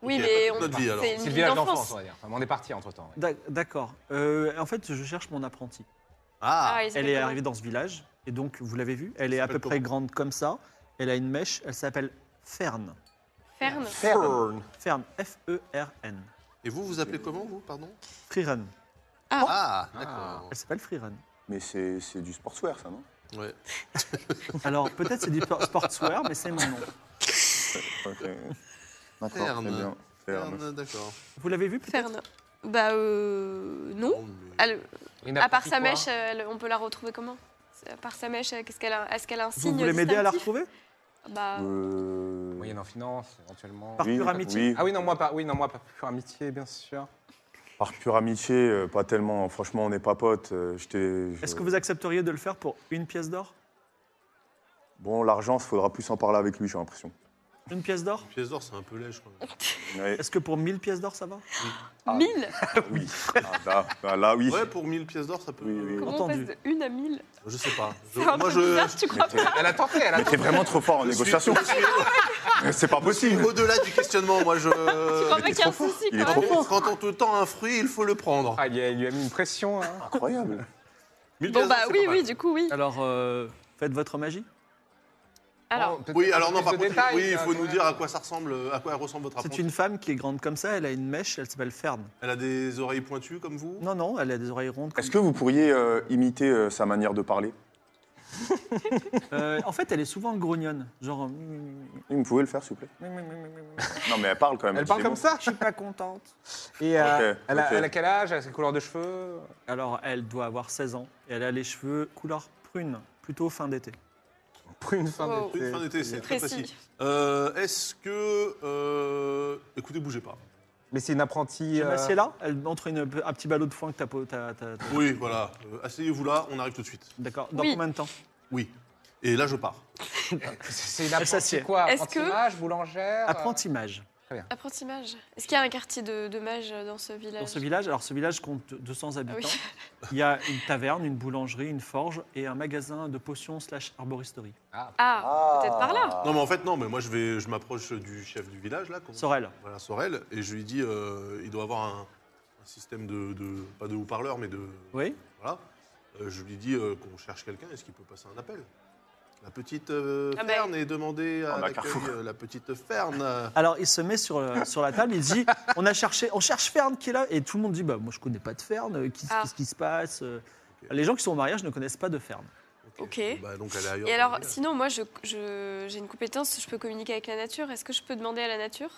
C: Oui,
B: Ok,
C: mais
B: toute
C: on
B: notre vie, alors.
C: c'est une
D: C'est le
C: vie
D: village d'enfance,
C: d'enfance.
D: on va dire. Enfin, on est parti entre temps.
A: D'ac- D'accord. Euh, en fait, je cherche mon apprenti.
B: Ah,
C: il s'appelle
A: Elle est
C: comment
A: arrivée dans ce village, et donc, vous l'avez vue, elle est à peu
B: s'appelle
A: près
B: comment
A: grande comme ça. Elle a une mèche, elle s'appelle Fern.
C: Fern.
D: Fern.
A: Fern, E F-E-R-N.
B: et vous, vous appelez comment, vous, pardon
A: Freerun.
B: Ah, d'accord.
A: Elle s'appelle Freerun.
E: Mais c'est c'est du sportswear ça non
B: Ouais.
A: Alors, peut-être c'est du por- sportswear, mais c'est mon nom.
E: Ok. D'accord.
B: Fern.
E: Très bien. Fern.
B: Fern, D'accord.
A: Vous l'avez vue peut-être
C: Fern. Bah euh, non.
B: Non, Oh, mais-
C: Elle-
D: Il n'a
C: à part
D: pris
B: hein.
C: sa
D: quoi hein
C: mèche, elle- on peut la retrouver comment À part sa mèche, euh, qu'est-ce qu'elle a Est-ce qu'elle a un signe
A: Vous voulez m'aider à la
C: distinctif
A: retrouver
C: Bah,
E: Euh,
D: Moyenne en finance, éventuellement.
A: Par
E: oui,
A: pure amitié.
E: oui.
D: Ah oui, non, moi, pas, oui, non, moi, pas pure amitié, bien sûr.
E: Par pure amitié, euh, pas tellement. Franchement, on n'est pas potes. euh, je t'ai- je-
A: Est-ce que vous accepteriez de le faire pour une pièce d'or
E: Bon, l'argent, il faudra plus en parler avec lui, j'ai l'impression.
A: Une pièce d'or
B: Une pièce d'or, c'est un peu laid, je crois.
E: Ouais.
A: Est-ce que pour 1000 pièces d'or, ça va
E: Ah.
C: 1000
E: Oui. Ah, là, bah, là, oui.
B: Ouais, pour 1000 pièces d'or, ça peut.
E: Oui, oui.
C: Comment
A: Entendu.
C: on passe de 1 à 1000
B: Je sais pas. Je-
C: C'est un
B: Moi,
C: truc
B: je.
C: bizarre, tu crois
E: Mais t'es-
D: Elle a tenté, elle a
E: mais t'es
D: tenté.
E: vraiment trop fort en
B: je suis-
E: négociation.
B: je suis
E: C'est pas possible.
B: Au-delà du questionnement, moi, je.
C: Tu crois pas
E: t'es
C: qu'il y a un
E: trop fort.
C: souci
E: Il est
C: quand
E: trop
C: même
E: fort.
B: Quand on te tend un fruit, il faut le prendre.
D: Ah, il y a- il lui a mis une pression. hein.
C: Ah,
E: Incroyable.
B: 1000
C: Bon
B: pièces
C: bah
B: d'or, c'est
C: oui,
B: pas
C: oui,
B: mal.
C: du coup, oui.
A: Alors, euh, faites votre magie.
C: Alors,
D: Peut-être
B: Oui, alors non,
D: plus
B: par
D: de
B: contre,
D: détails,
B: oui, il faut
D: hein,
B: nous
D: ouais.
B: dire à quoi ça ressemble, euh, à quoi elle ressemble votre
A: C'est
B: apprenti.
A: une femme qui est grande comme ça, elle a une mèche, elle s'appelle Fern.
B: Elle a des oreilles pointues comme vous
A: Non, non, elle a des oreilles rondes. comme-
E: Est-ce que vous pourriez euh, imiter euh, sa manière de parler
A: Euh, en fait, elle est souvent grognonne. Genre. euh,
E: Oui, Vous pouvez le faire, s'il vous plaît Non, mais elle parle quand même.
D: Elle parle
E: dis des
D: comme
E: mots.
D: ça
A: Je suis pas contente.
D: Et euh,
E: Ok,
D: elle, a,
E: ok.
D: elle a quel âge Elle a quelle couleur de cheveux
A: Alors, elle doit avoir 16 ans et elle a les cheveux couleur prune, plutôt fin d'été.
D: Prune fin
C: Wow.
B: Une fin d'été, c'est très
C: Précis.
B: précis. Euh, Est-ce que. euh, Écoutez, bougez pas.
D: Mais c'est une apprentie. euh,
A: C'est là, elle montre une- un petit ballot de foin que t'as. po- t'as- t'as- t'as-
B: Oui, voilà. Euh, Asseyez-vous là, on arrive tout de suite.
A: D'accord. Dans
C: Oui.
A: combien de temps
B: Oui. Et là, je pars.
D: C'est une
A: s'assied.
D: apprentie quoi
C: Est-ce
D: Apprentie
C: que-
A: Ah.
D: mage, boulangère euh,
A: Apprenti mage.
C: Apprentimage. Est-ce qu'il y a un quartier de, de mages dans ce village
A: Dans ce village, alors ce village compte 200
C: Ah
A: habitants.
C: oui.
A: Il y a une taverne, une boulangerie, une forge et un magasin de potions slash arboristerie.
C: Ah, peut-être par là.
B: Non, mais en fait, non, mais moi, je, vais, je m'approche du chef du village, là. comment-
A: Sorel.
B: Voilà, Sorel. Et je lui dis, euh, il doit avoir un, un système de, de- Pas de haut-parleur, mais de.
A: Oui
B: Voilà. Euh, je lui dis euh, qu'on cherche quelqu'un, est-ce qu'il peut passer un appel La petite euh,
C: Ah ben.
B: Ferne et demander à
E: Oh, bah,
B: l'accueil,
E: Carrefour.
B: euh, la petite Ferne. euh,
A: Alors il se met sur, euh, sur la table, il dit on a cherché, on cherche Fern qui est là et tout le monde dit bah moi je connais pas de Fern, euh, qu'est-ce
C: Ah.
A: qu'est-ce qui se passe Euh, Les gens qui sont au mariage ne connaissent pas de Fern.
C: Ok.
B: Bah, donc elle est ailleurs.
C: Et
B: dans le
C: alors,
B: village.
C: sinon, moi, je- je- j'ai une compétence, je peux communiquer avec la nature. Est-ce que je peux demander à la nature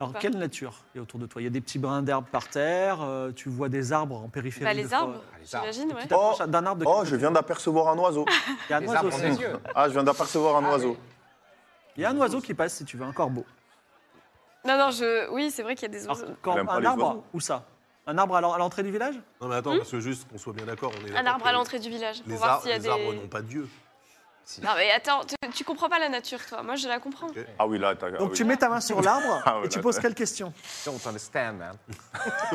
A: Alors
C: Pas.
A: quelle nature il y a autour de toi Il y a des petits brins d'herbe par terre, euh, tu vois des arbres en périphérie.
C: Bah,
A: de
C: les
A: forêt.
C: arbres,
F: Ah, les arbres.
C: j'imagine, ouais.
A: Tu t'approches d'un arbre de
E: Oh, je viens d'apercevoir un oiseau.
A: Il y a un
F: Les
A: oiseau
F: arbres ont
A: aussi.
F: des yeux.
E: Ah, je viens d'apercevoir un oiseau.
A: Il y a un oiseau qui passe si tu veux, un corbeau.
C: Non, non, je... oui, c'est vrai qu'il y a des
A: Alors,
C: oiseaux.
A: cor-
E: Elle aime pas
A: un
E: les
A: arbre
E: oiseaux.
A: où ça Un arbre à l'en- à l'entrée du village
B: Non, mais attends, parce que juste qu'on soit bien d'accord, on est
C: Hmm Un
B: d'accord
C: arbre à
B: que
C: l'entrée du village pour
B: Les,
C: voir
B: ar-
C: s'il y a
B: les
C: des.
B: arbres n'ont pas Dieu.
C: Non, mais attends, tu, tu comprends pas la nature, toi. Moi, je la comprends.
B: Ok.
E: Ah oui, là, t'as. ah
A: Donc
E: oui.
A: tu mets ta main sur l'arbre
E: Ah ouais,
A: et tu
E: là,
A: poses
E: t'as-
A: quelle question
F: Don't understand, hein. man.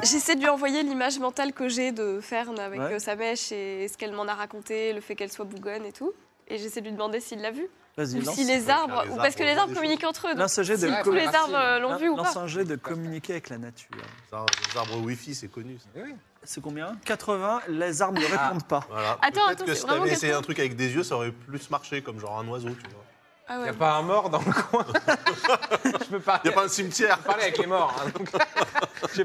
C: J'essaie de lui envoyer l'image mentale que j'ai de Fern avec
A: Ouais.
C: euh, sa mèche et ce qu'elle m'en a raconté, le fait qu'elle soit bougonne et tout. Et j'essaie de lui demander s'il l'a vu.
A: Vas-y,
C: Ou
A: lance,
C: si les
B: faire les
C: arbres. Ou
B: arbres
C: parce que les
B: dire
C: arbres
B: des
C: communiquent entre eux. donc
A: lance un jet de,
F: Ouais,
C: tous
A: commu-
C: les
F: facile.
C: arbres euh, l'ont vu ou
A: lance
C: pas
A: un jet de communiquer avec la nature.
B: Les arbres, les arbres Wi-Fi, c'est connu. ça.
F: Oui, oui.
A: C'est combien 80, les arbres ne répondent pas.
B: Voilà.
C: Attends,
B: Peut-être
C: attends,
B: que
C: c'est
B: si
C: vraiment
B: t'avais essayé
C: quelqu'un.
B: un truc avec des yeux, ça aurait plus marché, comme genre un oiseau, tu vois.
C: Ah
F: Il
C: ouais.
F: n'y a pas un mort dans le coin. je peux parler,
B: Il a pas un cimetière
F: parler avec les morts. hein, donc.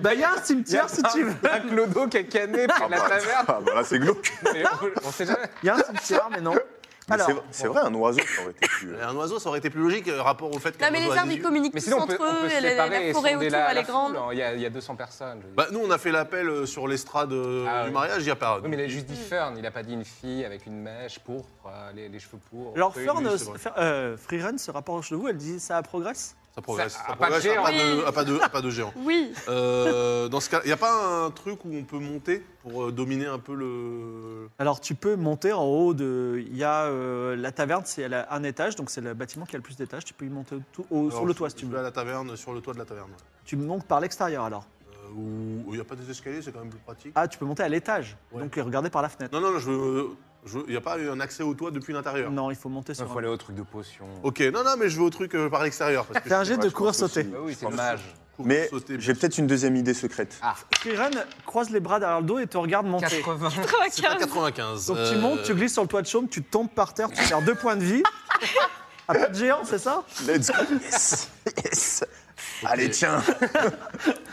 A: Bah, Il y a un
G: Il y a
A: cimetière si tu veux.
G: un, un clodo qui a canné près
E: Ah,
G: de la
E: bah,
G: taverne.
E: ah, bah, là, c'est glauque.
F: Mais on, on sait jamais.
A: Il y a un cimetière, mais non.
E: Mais
A: Alors,
E: c'est vrai- C'est vrai, un oiseau, ça aurait été plus. euh,
B: Un oiseau, ça aurait été plus logique, euh, rapport au fait que.
C: Non, mais les arbres, ils communiquent
F: Mais
C: tous
F: sinon, on
C: entre
F: peut, on peut
C: eux.
F: se
C: et la-
F: séparer
C: La
F: et
C: forêt
F: sonder
C: autour,
F: la,
C: elle
F: la
C: est grande.
F: foule. hein. Il y, a, il y a 200 personnes. je veux dire.
B: Bah, nous, on a fait l'appel euh, sur l'estrade euh,
F: Ah,
B: du
F: oui.
B: mariage, il n'y a pas.
F: Oui, mais il a juste
C: Mm.
F: dit Fern. Il n'a pas dit une fille avec une mèche pourpre, euh, les, les cheveux pourpres.
A: alors
B: Oui,
A: Fern,
B: oui, c'est vrai.
A: Fer- euh, Freerun se rapproche de vous, elle dit ça progresse.
B: Ça progresse.
F: Ça-
B: Ça,
F: à pas de
B: progresse à
F: géant.
B: pas de,
C: Oui.
B: à pas de- à pas de géant.
C: Oui. Oh,
B: Euh, dans ce cas, il n'y a pas un truc où on peut monter pour euh, dominer un peu le.
A: Alors tu peux monter en haut de... Il y a euh, la taverne, c'est elle a un étage, donc c'est le bâtiment qui a le plus d'étages. Tu peux y monter tout- au- sur
B: Alors,
A: le toit
B: je-
A: si tu
B: je vais
A: veux.
B: à la taverne, sur le toit de la taverne. ouais.
A: Tu montes par l'extérieur alors.
B: Euh, où où il n'y a pas des escaliers, c'est quand même plus pratique.
A: Ah, tu peux monter à l'étage,
B: Ouais.
A: donc regarder par la fenêtre.
B: Non, non, non, je veux. je veux- Il n'y a pas eu un accès au toit depuis l'intérieur.
A: Non, il faut monter
F: Il
A: sur
F: faut
A: un...
F: aller au truc de potion.
B: Ok, non, non, mais je veux au truc euh, par l'extérieur. parce que
A: Fais un
B: je-
A: jet
E: Ouais,
A: de
E: je
A: courir
E: pense aussi.
A: sauter.
F: Bah oui, c'est
B: Enfin,
F: dommage.
B: cours,
E: Mais
B: sauter,
E: j'ai peut-être une deuxième idée secrète.
A: Freerun croise les bras derrière le dos et te regarde monter.
F: 80.
B: C'est pas 95.
A: Donc tu
B: euh,
A: montes, tu glisses sur le toit de chaume, tu tombes par terre, tu perds deux points de vie. Ah, pas de géant, c'est ça
E: Let's go. Yes. Yes. Allez, tiens,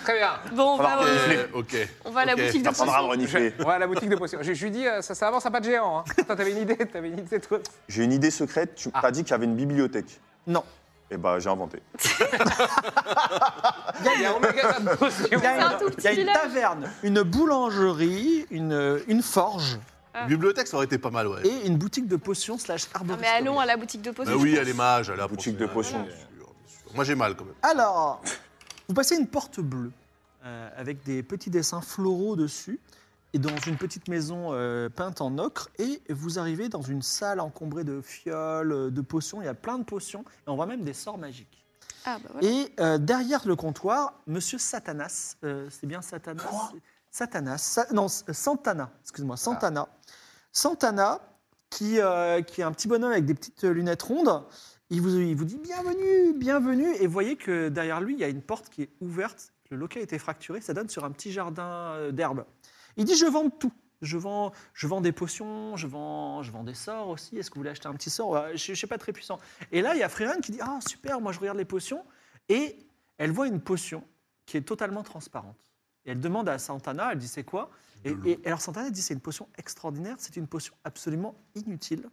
F: Très bien.
C: Bon, on va,
E: Alors,
C: euh,
B: euh, ok.
C: on va à la
B: Ok.
C: boutique de
E: ça prendra à
C: potions.
E: renifler.
F: Ouais, à la boutique de potions. Je, je lui dis, euh, ça, ça avance à pas de géant. Hein. Toi, t'avais une idée, t'avais une idée, toi.
E: J'ai une idée secrète. Tu
F: Ah.
E: as dit qu'il y avait une bibliothèque.
A: Non.
E: Eh bah, j'ai inventé.
F: Il y a un magasin de potions.
A: Il y a
C: un
A: une,
C: tout petit
A: il y a une
C: village.
A: taverne, une boulangerie, une, une forge
B: Bibliothèque, ça aurait été pas mal, ouais.
A: et une boutique de potions slash
C: Non, Ah, mais
A: arboristerie.
C: allons à la boutique de potions.
B: Bah oui, elle est mage, elle est
E: Boutique
B: apprenti
E: de potions.
B: mage, bien sûr, bien sûr. Moi, j'ai mal quand même.
A: Alors, vous passez une porte bleue euh, avec des petits dessins floraux dessus et dans une petite maison euh, peinte en ocre et vous arrivez dans une salle encombrée de fioles, euh, de potions, il y a plein de potions et on voit même des sorts magiques.
C: Ah, bah voilà.
A: Et euh, derrière le comptoir, Monsieur Satanas, euh, c'est bien Satanas c'est- Satanas, Sa- non, S- Santana, excuse-moi, Santana. Santana, qui, euh, qui est un petit bonhomme avec des petites euh, lunettes rondes, il vous, il vous dit bienvenue, bienvenue, et voyez que derrière lui, il y a une porte qui est ouverte, le local était fracturé, ça donne sur un petit jardin euh, d'herbe. Il dit je vends tout. Je vends, je vends des potions, je vends, je vends des sorts aussi. Est-ce que vous voulez acheter un petit sort Ouais, Je ne suis pas très puissant. Et là, il y a Freeran qui dit Ah, super, moi je regarde les potions. Et elle voit une potion qui est totalement transparente. Et elle demande à Santana, elle dit c'est quoi et,
B: l'eau.
A: et- et alors Santana dit c'est une potion extraordinaire, c'est une potion absolument inutile.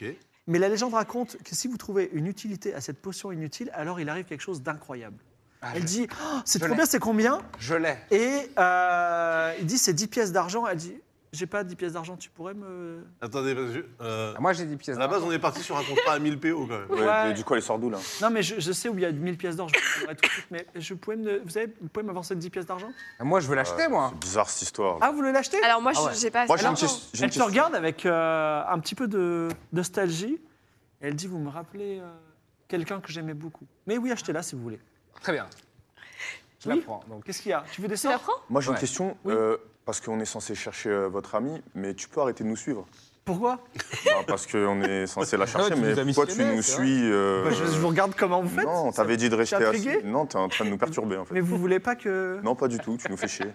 B: Ok.
A: Mais la légende raconte que si vous trouvez une utilité à cette potion inutile, alors il arrive quelque chose d'incroyable.
F: Ah,
A: Elle
F: je-
A: dit Oh, c'est
F: je
A: trop
F: l'ai.
A: bien, c'est combien
F: Je l'ai.
A: Et euh, il dit c'est 10 pièces d'argent. Elle dit j'ai pas 10 pièces d'argent, tu pourrais me.
B: Attendez, parce que, euh,
F: Ah, Moi, j'ai 10 pièces.
B: à la base,
F: d'argent.
B: on est parti sur un contrat à 1000 PO quand même.
E: Ouais,
A: Ouais.
E: mais Du coup, elle sort d'où là
A: Non, mais je, je sais où il y a 1000 pièces d'or, je vous donnerai tout de suite, mais je pouvais me, vous savez, vous pouvez m'avancer de 10 pièces d'argent
F: Ah, Moi, je veux l'acheter, moi.
E: C'est bizarre cette histoire.
A: Ah, vous voulez l'acheter
C: Alors, moi, je-
A: Ah ouais.
C: j'ai pas assez
E: Moi, j'ai une,
C: d'argent.
E: ques- j'ai une
A: Elle te
E: question.
A: regarde Eh, avec euh, un petit peu de nostalgie. Elle dit Vous me rappelez euh, quelqu'un que j'aimais beaucoup. Mais oui, achetez-la si vous voulez.
F: Très bien. Je
A: Oui.
F: la prends. Donc,
A: Qu'est-ce qu'il y a Tu veux des
C: Tu la
A: sorts
C: prends
E: Moi, j'ai
F: Ouais.
E: une question,
A: Oui.
E: euh, parce qu'on est censé chercher euh, votre ami, mais tu peux arrêter de nous suivre
A: Pourquoi
E: Bah, Parce qu'on est censé la chercher,
F: tu nous as
E: mais pourquoi tu
F: missionné,
E: nous
F: c'est vrai.
E: suis euh,
A: Bah, je, je vous regarde comment vous faites.
E: Non, t'avais dit de rester
A: t'es
E: assis.
A: intrigué
E: Non, t'es en train de nous perturber, en fait.
A: Mais vous voulez pas que.
E: Non, pas du tout, tu nous fais chier.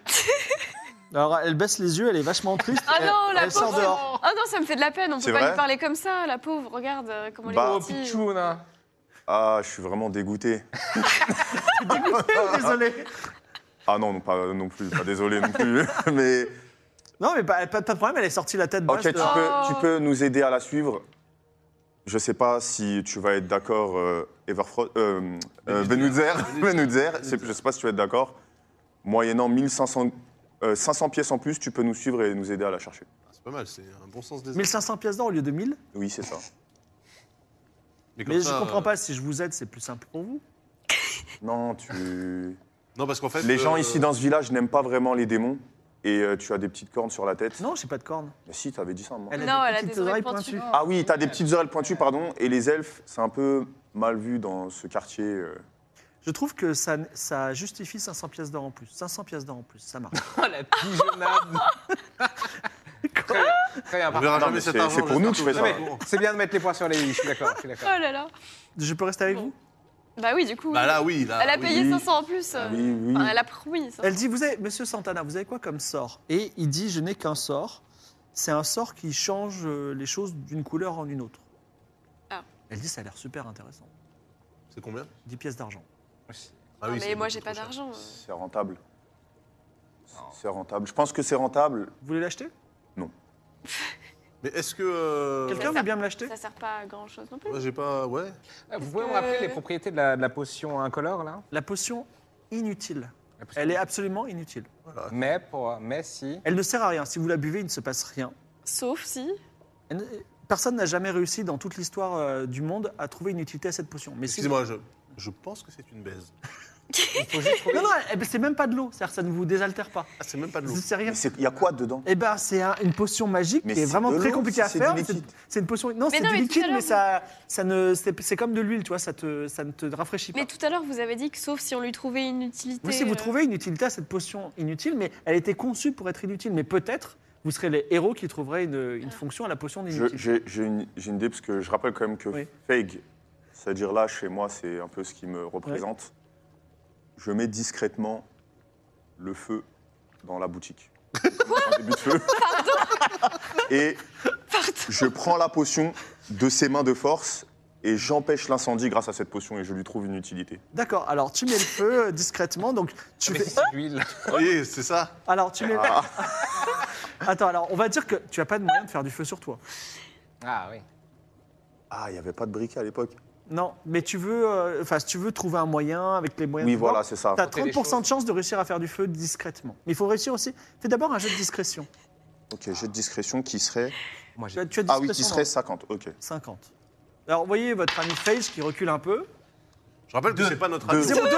A: Alors, elle baisse les yeux, elle est vachement triste.
C: Ah
A: elle,
C: non, la
A: elle sort dehors.
C: pauvre Ah non, ça me fait de la peine, on
E: C'est
C: peut pas
E: vrai
C: lui parler comme ça, la pauvre, regarde euh, comment
E: Bah.
C: elle
F: oh,
C: est petite.
F: Pichouna.
E: Ah, je suis vraiment dégoûté.
A: Désolé.
E: Ah non, non, pas non plus, pas désolé non plus, mais...
A: Non, mais pas, pas- pas de problème, elle est sortie la tête
E: Ok,
A: basse.
E: tu
A: dehors.
E: peux,
C: Oh.
E: tu peux nous aider à la suivre. Je sais pas si tu vas être d'accord, euh, Everfro- euh, euh, Benutzer. Benutzer, c'est- je sais pas si tu vas être d'accord. Moyennant 1500, euh, 500 pièces en plus, tu peux nous suivre et nous aider à la chercher.
B: C'est pas mal, c'est un bon sens des
A: 1500 pièces d'or au lieu de 1000.
E: Oui, c'est ça.
B: comme
A: Mais je
B: ça,
A: comprends
B: euh,
A: pas, si je vous aide, c'est plus simple pour vous.
E: Non, tu...
B: Non, parce qu'en fait.
E: Les gens
B: euh,
E: ici dans ce village n'aiment pas vraiment les démons. Et euh, tu as des petites cornes sur la tête.
A: Non, j'ai pas de cornes.
E: Mais si, t'avais dit ça, moi.
A: Elle
C: Non,
A: a des
C: elle a
A: petites
C: des
A: oreilles
C: oreilles
A: pointues.
C: pointues.
E: Ah oui, t'as des petites oreilles pointues, pardon. Et les elfes, c'est un peu mal vu dans ce quartier. euh.
A: Je trouve que ça, ça justifie 500 pièces d'or en plus. 500 pièces d'or en plus, ça marche.
F: Oh, la pigeonnade. Très bien. Très bien,
B: On verra
F: parfait.
E: Non,
B: jamais
E: mais
B: cet
E: c'est-
B: argent.
E: c'est pour nous que
B: j'espère
E: je fais
B: qu'on
E: ça.
B: est au courant.
F: C'est bien de mettre les points sur les i, je suis d'accord. je suis
C: Oh
F: d'accord.
C: là là
A: Je peux rester avec
C: Bon.
A: vous
C: Bah oui, du coup.
B: Bah
C: oui.
B: là, oui. Là,
C: Elle a
B: oui.
C: payé
E: oui. Ah
C: 500 en plus. euh,
E: Oui, oui.
C: enfin, elle a promis. ça.
A: Elle dit, vous avez, Monsieur Santana, vous avez quoi comme sort Et il dit, je n'ai qu'un sort. C'est un sort qui change euh, les choses d'une couleur en une autre.
C: Ah.
A: Elle dit, ça a l'air super intéressant.
B: C'est combien
A: 10 pièces d'argent.
B: Ah
C: Non,
B: oui,
C: mais
B: c'est
C: moi,
B: beaucoup
C: j'ai pas
B: trop cher.
C: d'argent. euh.
E: C'est rentable. C'est rentable. Je pense que c'est rentable.
A: Vous voulez l'acheter
C: Euh,
B: Mais est-ce que. euh,
A: Quelqu'un veut bien me l'acheter
C: Ça sert pas à grand chose non plus.
B: Moi, j'ai pas. Ouais.
F: Ah, Vous pouvez me
C: que-
F: rappeler les propriétés de la, de la potion incolore, là
A: La potion inutile.
F: La potion-
A: Elle est absolument inutile.
F: Mais, pour... Mais si.
A: Elle ne sert à rien. Si vous la buvez, il ne se passe rien.
C: Sauf si.
A: Elle ne- Personne n'a jamais réussi dans toute l'histoire euh, du monde à trouver une utilité à cette potion. Mais si vous-
B: Excusez-moi, je. Je pense que c'est une baise.
F: Il faut juste trouver-
A: Non, non, elle- c'est même pas de l'eau. C'est-à-dire que ça ne vous désaltère pas.
B: Ah, c'est même pas de l'eau.
A: C'est rien.
E: Mais c'est- il y a quoi dedans
A: Eh ben, c'est un- une potion magique
E: Mais
A: qui est
E: c'est
A: vraiment
E: de
A: très
E: l'eau,
A: compliquée à
E: si c'est du
A: faire. C'est
E: liquide.
A: c'est une potion. Non,
C: Mais
A: c'est
C: non,
A: du
C: mais tout à
A: liquide,
C: l'heure,
A: mais
C: vous-
A: ça, ça ne, c'est c'est comme de l'huile, tu vois. Ça te, ça ne te rafraîchit pas.
C: Mais tout à l'heure, vous avez dit que sauf si on lui trouvait une utilité.
A: Vous, si vous
C: euh,
A: trouvez une utilité à cette potion inutile, mais elle a été conçue pour être inutile, mais peut-être vous serez les héros qui trouveraient une, une
C: Ah.
A: fonction à la potion
E: Je-
A: inutile.
E: J'ai j'ai une, j'ai une idée, parce que je rappelle quand même que
A: Oui.
E: Fake, c'est-à-dire là, chez moi, c'est un peu ce qui me représente. Je mets discrètement le feu dans la boutique. Un début de feu. Et je prends la potion de ses mains de force et j'empêche l'incendie grâce à cette potion et je lui trouve une utilité.
A: D'accord. Alors tu mets le feu euh, discrètement, donc tu
E: Ah,
F: Mais
A: fais.
F: si c'est de l'huile.
B: Vous voyez, c'est ça.
A: Alors tu mets. Attends, alors on va dire que tu as pas de moyen de faire du feu sur toi.
F: Ah oui.
E: Ah, il n'y avait pas de briquet à l'époque.
A: Non, mais tu veux, euh, enfin, si tu veux trouver un moyen avec les moyens.
E: Oui,
A: du bord,
E: voilà, c'est ça.
A: T'as
F: Tenter les
A: 30% de
F: choses.
A: chance de réussir à faire du feu discrètement. Mais il faut réussir aussi. Fais d'abord un jeu de discrétion.
E: Ok, jeu de discrétion qui serait.
F: Moi,
A: Tu
F: j'ai...
A: as, tu as
E: Ah oui, qui
A: discrétion
E: serait
A: dans
E: 50, ok.
A: 50. Alors, vous voyez votre ami Face qui recule un peu.
B: Je rappelle que c'est pas notre
E: Deux.
B: ami.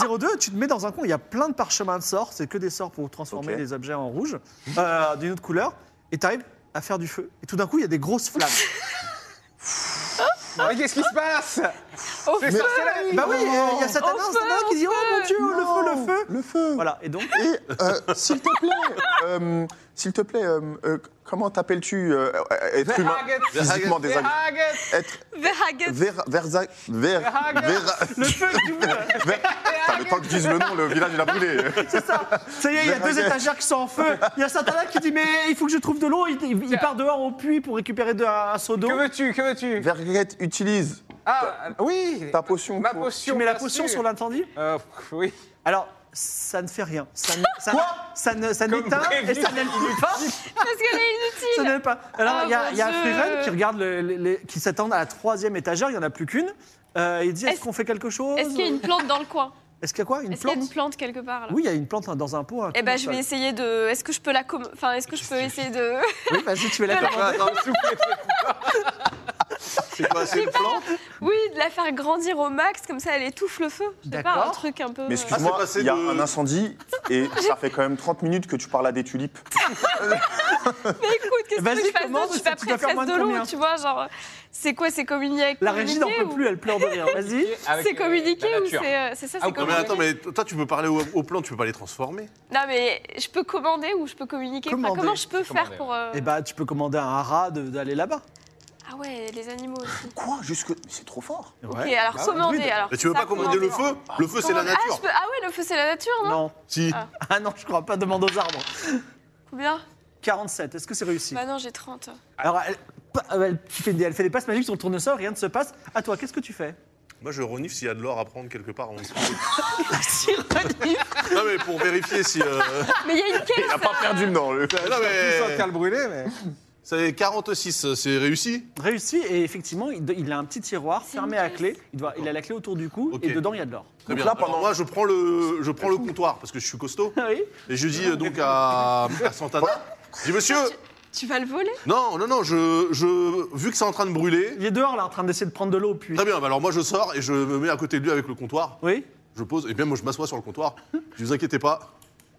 A: 02 02, tu te mets dans un coin. Il y a plein de parchemins de sorts. C'est que des sorts pour transformer
E: Ok.
A: les objets en rouge, euh, d'une autre couleur. Et t'arrives à faire du feu. Et tout d'un coup, il y a des grosses flammes.
F: Mais qu'est-ce qui se passe
C: Ah. Au
F: C'est
C: feu
F: sorcellerie
A: bah oui, il y a Satan
C: Au feu,
A: qui dit
C: au
A: Oh mon
C: feu
A: Dieu, le feu, Ah, le feu.
E: Le feu
A: Voilà. Et donc,
E: Et euh, s'il te plaît, euh, s'il te plaît, euh, euh, comment t'appelles-tu euh, être humain
F: Haggett.
E: physiquement
F: The
E: désagréable
F: Haggett.
E: Être
C: Bah, Verhagen.
E: ver, verza, ver,
F: Haggett.
A: le feu, tu vois.
E: ver- ver- Putain, le temps que je dise le nom, le village il a brûlé.
A: C'est ça. Ça y est, il y a deux étagères qui sont en feu. Il y a Satana qui dit Mais il faut que je trouve de l'eau. Il, il- il part dehors au puits pour récupérer de- un, un seau d'eau.
F: Que veux-tu Que veux-tu
E: Verguette, utilise
F: Ah oui
E: ta potion.
F: Ma
E: pour-
F: potion
A: Tu mets la
F: bien
A: potion
F: sûr.
A: sur l'incendie
F: Euh, oui.
A: Alors, ça ne fait rien. Ça, ne- ça,
F: Quoi
A: ça, ne- ça
F: Comme
A: n'éteint
F: prévu.
A: et ça n'allume pas.
C: Parce qu'elle est
A: Ça
C: inutile.
A: n'allume pas. Alors, il y a,
C: Oh,
A: il y a
C: mon
A: Freerun
C: Dieu.
A: qui regarde, le- le- les- qui s'attend à la troisième étagère. Il n'y en a plus qu'une. Euh, il dit Est-ce
C: Est-ce-
A: qu'on fait quelque chose
C: Est-ce qu'il y a une plante dans le coin
A: Est-ce qu'il y a quoi Une
C: Est-ce qu'il y a une
A: plante
C: plante quelque part là
A: Oui, il y a une plante dans un pot. hein, un
C: Eh
A: con
C: ben,
A: au
C: je
A: sol.
C: vais essayer de. Est-ce que je peux la. com- Enfin, est-ce que je peux essayer de.
A: Oui, vas-y, tu veux la
C: Voilà.
A: commander.
F: Attends, souffle.
B: C'est quoi C'est le plan
C: Oui, de la faire grandir au max, comme ça elle étouffe le feu. Je sais pas, un
A: D'accord.
C: truc un peu.
E: Mais
C: euh,
E: excuse-moi,
B: Ah, c'est passé
E: il y a
B: de-
E: un incendie et ça fait quand même 30 minutes que tu parles à des tulipes.
C: Mais écoute, qu'est-ce que
A: Vas-y,
C: tu fais
A: commence,
C: Je suis
A: parce
C: pas
A: que tu
C: prête,
A: dois faire
C: reste
A: moins
C: de
A: de
C: l'eau,
A: combien
C: tu vois, genre... C'est quoi, c'est communiquer avec
A: La régie n'en
C: communiquer
A: peut
C: ou-
A: plus, elle pleure de rire. Vas-y.
F: Avec,
C: C'est
F: euh, la
C: communiquer ou
F: nature.
C: c'est... euh, C'est ça, c'est
F: Ah,
B: Non, mais
C: communiquer
B: attends, mais toi, tu peux parler au, au plan, tu peux pas les transformer.
C: Non, mais je peux commander ou je peux communiquer Enfin,
A: Commander.
C: Comment je peux
F: Commander,
C: faire pour... euh,
A: Eh bah, tu peux commander à un rat de- d'aller là-bas.
C: Ah ouais, les animaux aussi.
E: Quoi Jusque. Mais c'est trop fort.
C: Ok, alors
A: Bah, druide.
C: commander, alors...
B: Mais tu veux
C: ça,
B: pas commander le feu Le feu, c'est la
C: Commander. Ah,
B: nature.
C: je peux- ah ouais, le feu, c'est la nature, non,
A: Non.
B: Si.
C: Ah.
A: Ah non, je crois pas. Demande aux arbres.
C: Combien
A: 47. Est-ce que c'est réussi
C: Bah non, j'ai 30.
A: Alors, elle, pa- elle fait, des- elle fait des passes magiques sur le tournesol, rien ne se passe. À toi, qu'est-ce que tu fais
B: Moi, je renifle s'il y a de l'or à prendre quelque part. on-
C: Ah,
A: Si, renifle.
B: non, mais pour vérifier si. euh,
C: Mais il y a une
E: Il
C: caisse
E: a pas perdu non, le.
B: Non,
D: Tout ça,
B: mais.
D: le brûler, mais.
B: C'est 46, c'est réussi
A: Réussi, et effectivement, il, il a un petit tiroir fermé à clé. Il, doit, il a la clé autour du cou,
B: Ok.
A: et dedans, il y a de l'or.
B: Très
E: Donc
B: bien.
E: là,
B: Alors,
E: pendant-
B: moi, je prends, le, je prends le comptoir parce que je suis costaud.
A: Oui.
B: Et je dis euh, donc à, à Santana Je dis, monsieur,
C: Tu vas le voler
B: non, non, non, je, je, vu que c'est en train de brûler.
A: Il est dehors, là, en train d'essayer de prendre de l'eau, puis.
B: Très bien, bah alors moi, je sors et je me mets à côté de lui avec le comptoir.
A: Oui
B: Je pose, et bien moi, je m'assois sur le comptoir. Je dis, vous inquiétez pas,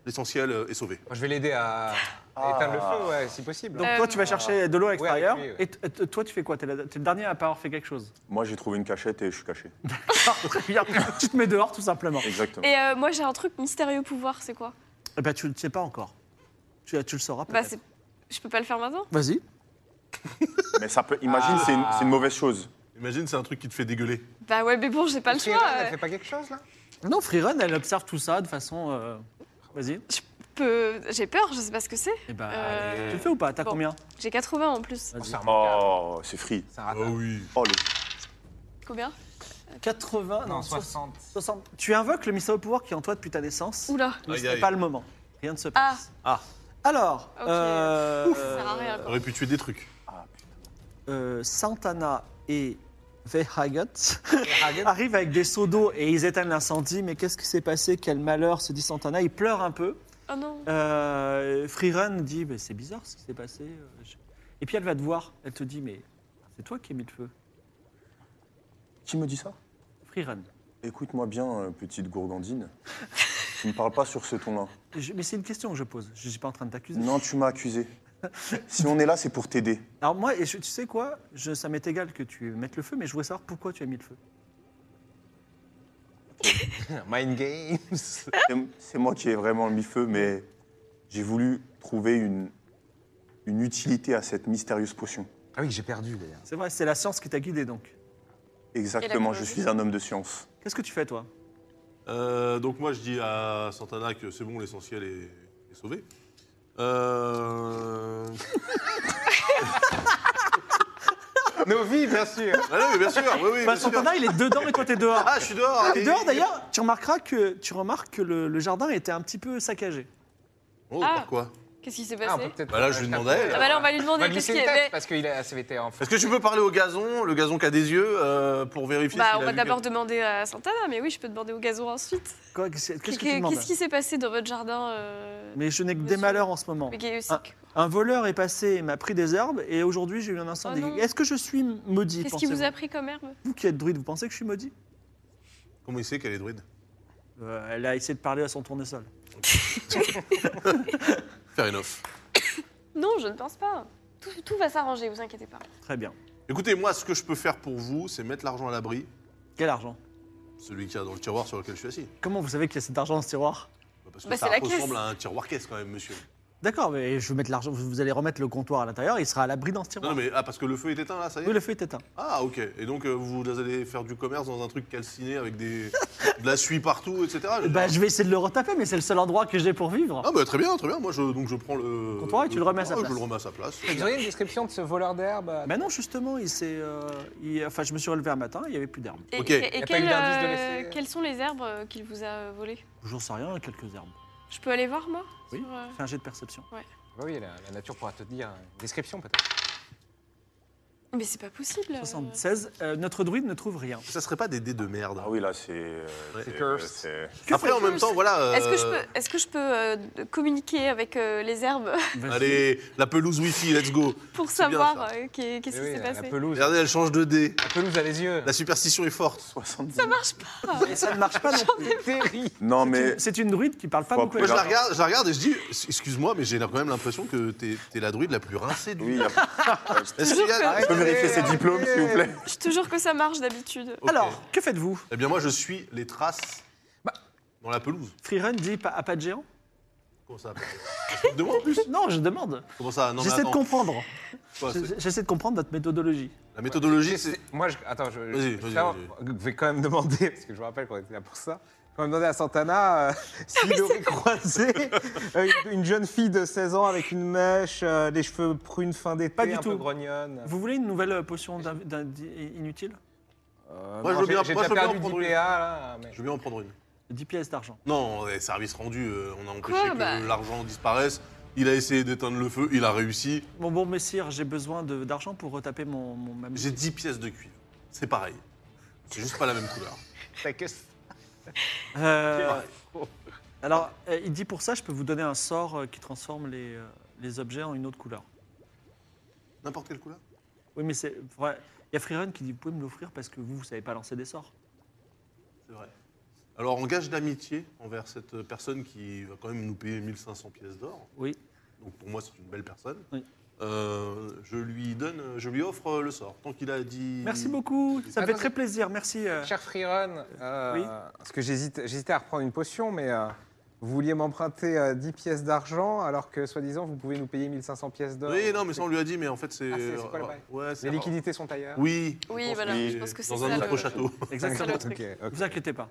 B: l'essentiel euh, est sauvé.
F: Moi, je vais l'aider à... à
A: Ah.
F: éteindre le feu, ouais, si possible.
A: Donc,
C: Euh,
A: toi, tu vas chercher de l'eau à l'extérieur.
F: avec lui, ouais.
A: Et t- t- toi, tu fais quoi T'es la- t'es le dernier à pas avoir fait quelque chose. Ah,
E: Moi, j'ai trouvé une cachette et je suis caché.
A: Très bien. tu te mets dehors, tout simplement.
E: Exactement.
C: Et euh, moi, j'ai un truc mystérieux pouvoir, c'est quoi
A: Eh ben, tu le sais pas encore. Tu, tu le sauras
C: Bah,
A: peut-être.
C: c'est... Je peux pas le faire maintenant
A: Vas-y.
E: Mais ça peut. Imagine, c'est une, c'est une mauvaise chose.
B: Imagine, c'est un truc qui te fait dégueuler.
C: Bah ouais, mais bon, j'ai pas le
F: Freerun,
C: choix.
F: elle
C: euh,
F: fait pas quelque chose, là
A: Non, Freerun, elle observe tout ça de façon. euh, Vas-y.
C: Peu- J'ai peur, je sais pas ce que c'est.
A: Eh ben,
C: Euh,
A: tu le fais ou pas T'as
C: bon.
A: combien
C: J'ai 80 en plus.
F: Oh, c'est remarquable.
E: Oh, c'est free.
F: Ça rate.
B: Ah oui.
E: Oh, le.
C: Combien Ah
A: 80, non,
F: Non,
A: 60.
F: 60.
A: Tu invoques le mystère au pouvoir qui est en toi depuis ta naissance.
C: Oula.
A: Mais ce
B: Aïe,
A: n'est
B: aïe.
A: pas le moment. Rien ne se passe.
B: Ah.
A: Alors,
C: Ok.
A: euh,
C: Ça sert à rien,
B: Ça
C: quoi.
B: aurait pu tuer des trucs.
A: euh, Santana et Verhagat
F: Hagen,
A: arrivent avec des seaux d'eau et ils éteignent l'incendie. Mais qu'est-ce qui s'est passé Quel malheur se dit Santana. Il pleure un peu.
C: Oh non.
A: Euh, Freerun dit mais C'est bizarre ce qui s'est passé. euh, je- Et puis elle va te voir. Elle te dit Mais c'est toi qui as mis le feu.
E: Qui me dit ça
A: Freerun.
E: Écoute-moi bien, euh, petite gourgandine. tu me parles pas sur ce ton-là.
A: Je- Mais c'est une question que je pose. Je ne suis pas en train de t'accuser.
E: Non, tu m'as accusé. Si on est là, c'est pour t'aider.
A: Alors moi, et je- tu sais quoi Je- Ça m'est égal que tu mettes le feu, mais je voulais savoir pourquoi tu as mis le feu.
F: Mind Games.
E: C'est- C'est moi qui ai vraiment mis feu, mais j'ai voulu trouver une, une utilité à cette mystérieuse potion.
F: Ah oui, j'ai perdu, les gars.
A: C'est vrai, c'est la science qui t'a guidé donc.
E: Exactement, je
C: chronologie.
E: suis un homme de science.
A: Qu'est-ce que tu fais toi
B: Euh, donc moi je dis à Santana que c'est bon, l'essentiel est, est sauvé. Euh...
F: Nos vies, bien sûr.
B: Ah non, mais bien sûr, oui, oui,
A: Bah,
B: bien sûr.
A: Santana, il est dedans et toi t'es dehors.
B: Ah, je suis dehors.
A: T'es
B: Et-
A: dehors d'ailleurs, tu remarqueras que tu remarques que le, le jardin était un petit peu saccagé.
B: Oh,
C: Ah.
B: pourquoi
C: Qu'est-ce qui s'est
F: Ah, on
C: passé
F: peut peut-être-
B: Bah là, je lui demandais,
C: Ah bah là, on va lui
F: On va
C: demander qu'est-ce
F: glisser
C: qui
F: une
C: est.
F: tête,
C: mais-
F: parce qu'il a CVT en fait.
B: Est-ce que tu peux parler au gazon, le gazon qui a des yeux, euh, pour vérifier
C: Bah,
B: s'il
C: on
B: a
C: va
B: vu
C: d'abord
B: quelque-
C: demander à Santana, mais oui, je peux demander au gazon ensuite.
A: Quoi, Qu'est-ce qu'est-ce que tu
C: Qu'est-
A: demandes
C: Qu'est-ce qui s'est passé dans votre jardin euh,
A: Mais je n'ai que des
C: Monsieur.
A: malheurs en ce moment.
C: mais qui est-
A: Ah. Un voleur est passé et m'a pris des herbes et aujourd'hui j'ai eu un incendie.
C: Oh non.
A: Est-ce que je suis maudit
C: Qu'est-ce qui vous
A: pensez-vous
C: a pris comme herbe
A: Vous qui êtes druide, vous pensez que je suis maudit
B: Comment il sait qu'elle est druide
A: Euh, Elle a essayé de parler à son tournesol.
B: Fair enough.
C: Non, je ne pense pas. Tout, tout va s'arranger, vous inquiétez pas.
A: Très bien.
B: Écoutez, moi, ce que je peux faire pour vous, c'est mettre l'argent à l'abri,
A: Quel argent
B: celui qu'il y a dans le tiroir sur lequel je suis assis.
A: Comment vous savez qu'il y a cet argent dans ce tiroir
B: Bah, Parce que
C: Bah,
B: ça
C: c'est la
B: ressemble
C: caisse.
B: à un tiroir caisse quand même, monsieur.
A: D'accord, mais je vais mettre l'argent. Vous vous allez remettre le comptoir à l'intérieur, il sera à l'abri dans ce
B: Non,
A: tiroir.
B: non, mais ah, parce que le feu est éteint là, ça y est
A: Oui, le feu est éteint.
B: Ah, ok. Et donc, euh, vous allez faire du commerce dans un truc calciné avec des... de la suie partout, etc. je veux
A: Bah,
B: dire.
A: je vais essayer de le retaper, mais c'est le seul endroit que j'ai pour vivre.
B: Ah bah très bien, très bien. Moi je, donc je prends le
A: Comptoir et tu le remets à sa
B: comptoir,
A: place.
B: Je le remets à sa place.
F: Vous auriez une description de ce voleur d'herbe
A: Bah non, justement, il s'est. euh, il- enfin, je me suis relevé un matin, il n'y avait plus d'herbe.
C: Et,
B: Ok.
C: et- et
F: Y a pas
C: quel,
F: eu d'indice de
C: euh,
F: laisser-
C: quelles sont les herbes euh, qu'il vous a euh, volées
A: J'en sais rien, quelques herbes.
C: Je peux aller voir, moi
A: Oui.
C: sur, euh,
A: Fais un jet de perception.
F: euh, Bah oui, la, la nature pourra te dire. Une description peut-être.
C: Mais c'est pas possible.
A: 76. Euh, notre druide ne trouve rien.
B: Ça serait pas des dés de merde.
E: Ah oui, là, c'est. euh,
B: Ouais.
E: c'est- euh,
F: cursed.
E: c'est-
B: Après, en même temps, voilà. euh,
C: Est-ce que je peux, est-ce que je peux euh, communiquer avec euh, les herbes
B: Allez, la pelouse wifi, let's go.
C: pour
B: C'est bien,
C: savoir
B: ça.
C: euh, qu'est- qu'est-ce
F: Mais
C: qui
F: oui,
C: s'est
F: la,
C: passé
F: pelouse,
B: Regardez, elle change de dé.
F: la pelouse a les yeux.
B: La superstition est forte.
E: 70.
A: Et ça ne marche pas non plus.
F: Terrible.
E: Non, mais.
A: C'est une druide qui parle pas
E: Faut
A: beaucoup.
B: Moi, je
E: appeler
B: la regarde, je la regarde et je dis, excuse-moi, mais j'ai quand même l'impression que t'es t'es la druide la plus rincée du
E: Oui, il y a-
B: Est-ce qu'il y a-
E: on peut vérifier ses diplômes, s'il vous plaît.
C: Je te jure que ça marche d'habitude.
B: Ok.
A: Alors, Bah. que faites-vous
B: Eh bien, moi, je suis les traces dans la pelouse.
A: Freerun dit pas- à pas de géant
B: Comment ça De moi en plus
A: Non, je demande.
B: Comment ça Non, mais
A: J'essaie de
B: attends.
A: comprendre.
B: Quoi, c'est-
A: J'- J'essaie de comprendre notre méthodologie.
B: La méthodologie,
F: C'est-
B: c'est.
F: Moi, je... attends, je, je-
B: Vas-y,
F: je-
B: vas-y,
F: ça,
B: vas-y.
F: je vais quand même demander, parce que je vous rappelle qu'on était là pour ça, quand même demander à Santana euh, s'il aurait croisé euh, une jeune fille de 16 ans avec une mèche, euh, des cheveux prunes fin d'été,
A: Pas du
F: un peu
A: tout.
F: grognonne.
A: Vous voulez une nouvelle euh, potion d'in- d'in- inutile
F: Euh,
B: Moi, je
F: non,
B: veux
F: j'ai-
B: bien-
F: J'ai
B: moi,
F: déjà
B: je veux bien
F: perdu 10
B: prendre une.
F: PA, là. Mais...
B: Je vais en prendre une.
A: 10 pièces d'argent.
B: Non, les services rendus, euh, on a empêché
C: Quoi
B: que
C: Bah-
B: l'argent disparaisse. Il a essayé d'éteindre le feu, il a réussi.
A: Bon, bon, messire, j'ai besoin de- d'argent pour retaper mon, mon ma
B: J'ai 10 pièces de cuivre. C'est pareil. C'est juste pas la même couleur.
F: Ta caisse-
A: Euh, alors, euh, il dit pour ça, je peux vous donner un sort euh, qui transforme les, euh, les objets en une autre couleur.
B: N'importe quelle couleur
A: Oui, mais c'est vrai. Il y a Freerun qui dit Vous pouvez me l'offrir parce que vous, vous savez pas lancer des sorts.
B: C'est vrai. Alors, en gage d'amitié envers cette personne qui va quand même nous payer 1500 pièces d'or.
A: Oui.
B: Donc, pour moi, c'est une belle personne.
A: Oui.
B: Euh, je lui donne, je lui offre euh, le sort. Tant qu'il a dit.
A: Merci beaucoup. Ça
F: Attends,
A: fait très plaisir. Merci. euh.
F: Cher Freerun, euh,
A: Oui.
F: parce que j'hésite- j'hésitais à reprendre une potion, mais euh, vous vouliez m'emprunter euh, 10 pièces d'argent, alors que soi-disant, vous pouvez nous payer 1500 pièces d'or.
B: Oui, non, mais ça, on lui a dit, mais en fait, c'est. euh,
F: Ah, c'est- c'est quoi le bail
B: Ouais, c'est-
F: Les liquidités sont ailleurs.
B: Oui. je
C: Oui,
B: pense
C: voilà,
B: que
C: je pense que c'est
B: Dans un
C: ça,
B: autre
C: le-
B: château.
A: Exactement.
C: le truc.
F: Ok, ok.
A: Vous inquiétez pas.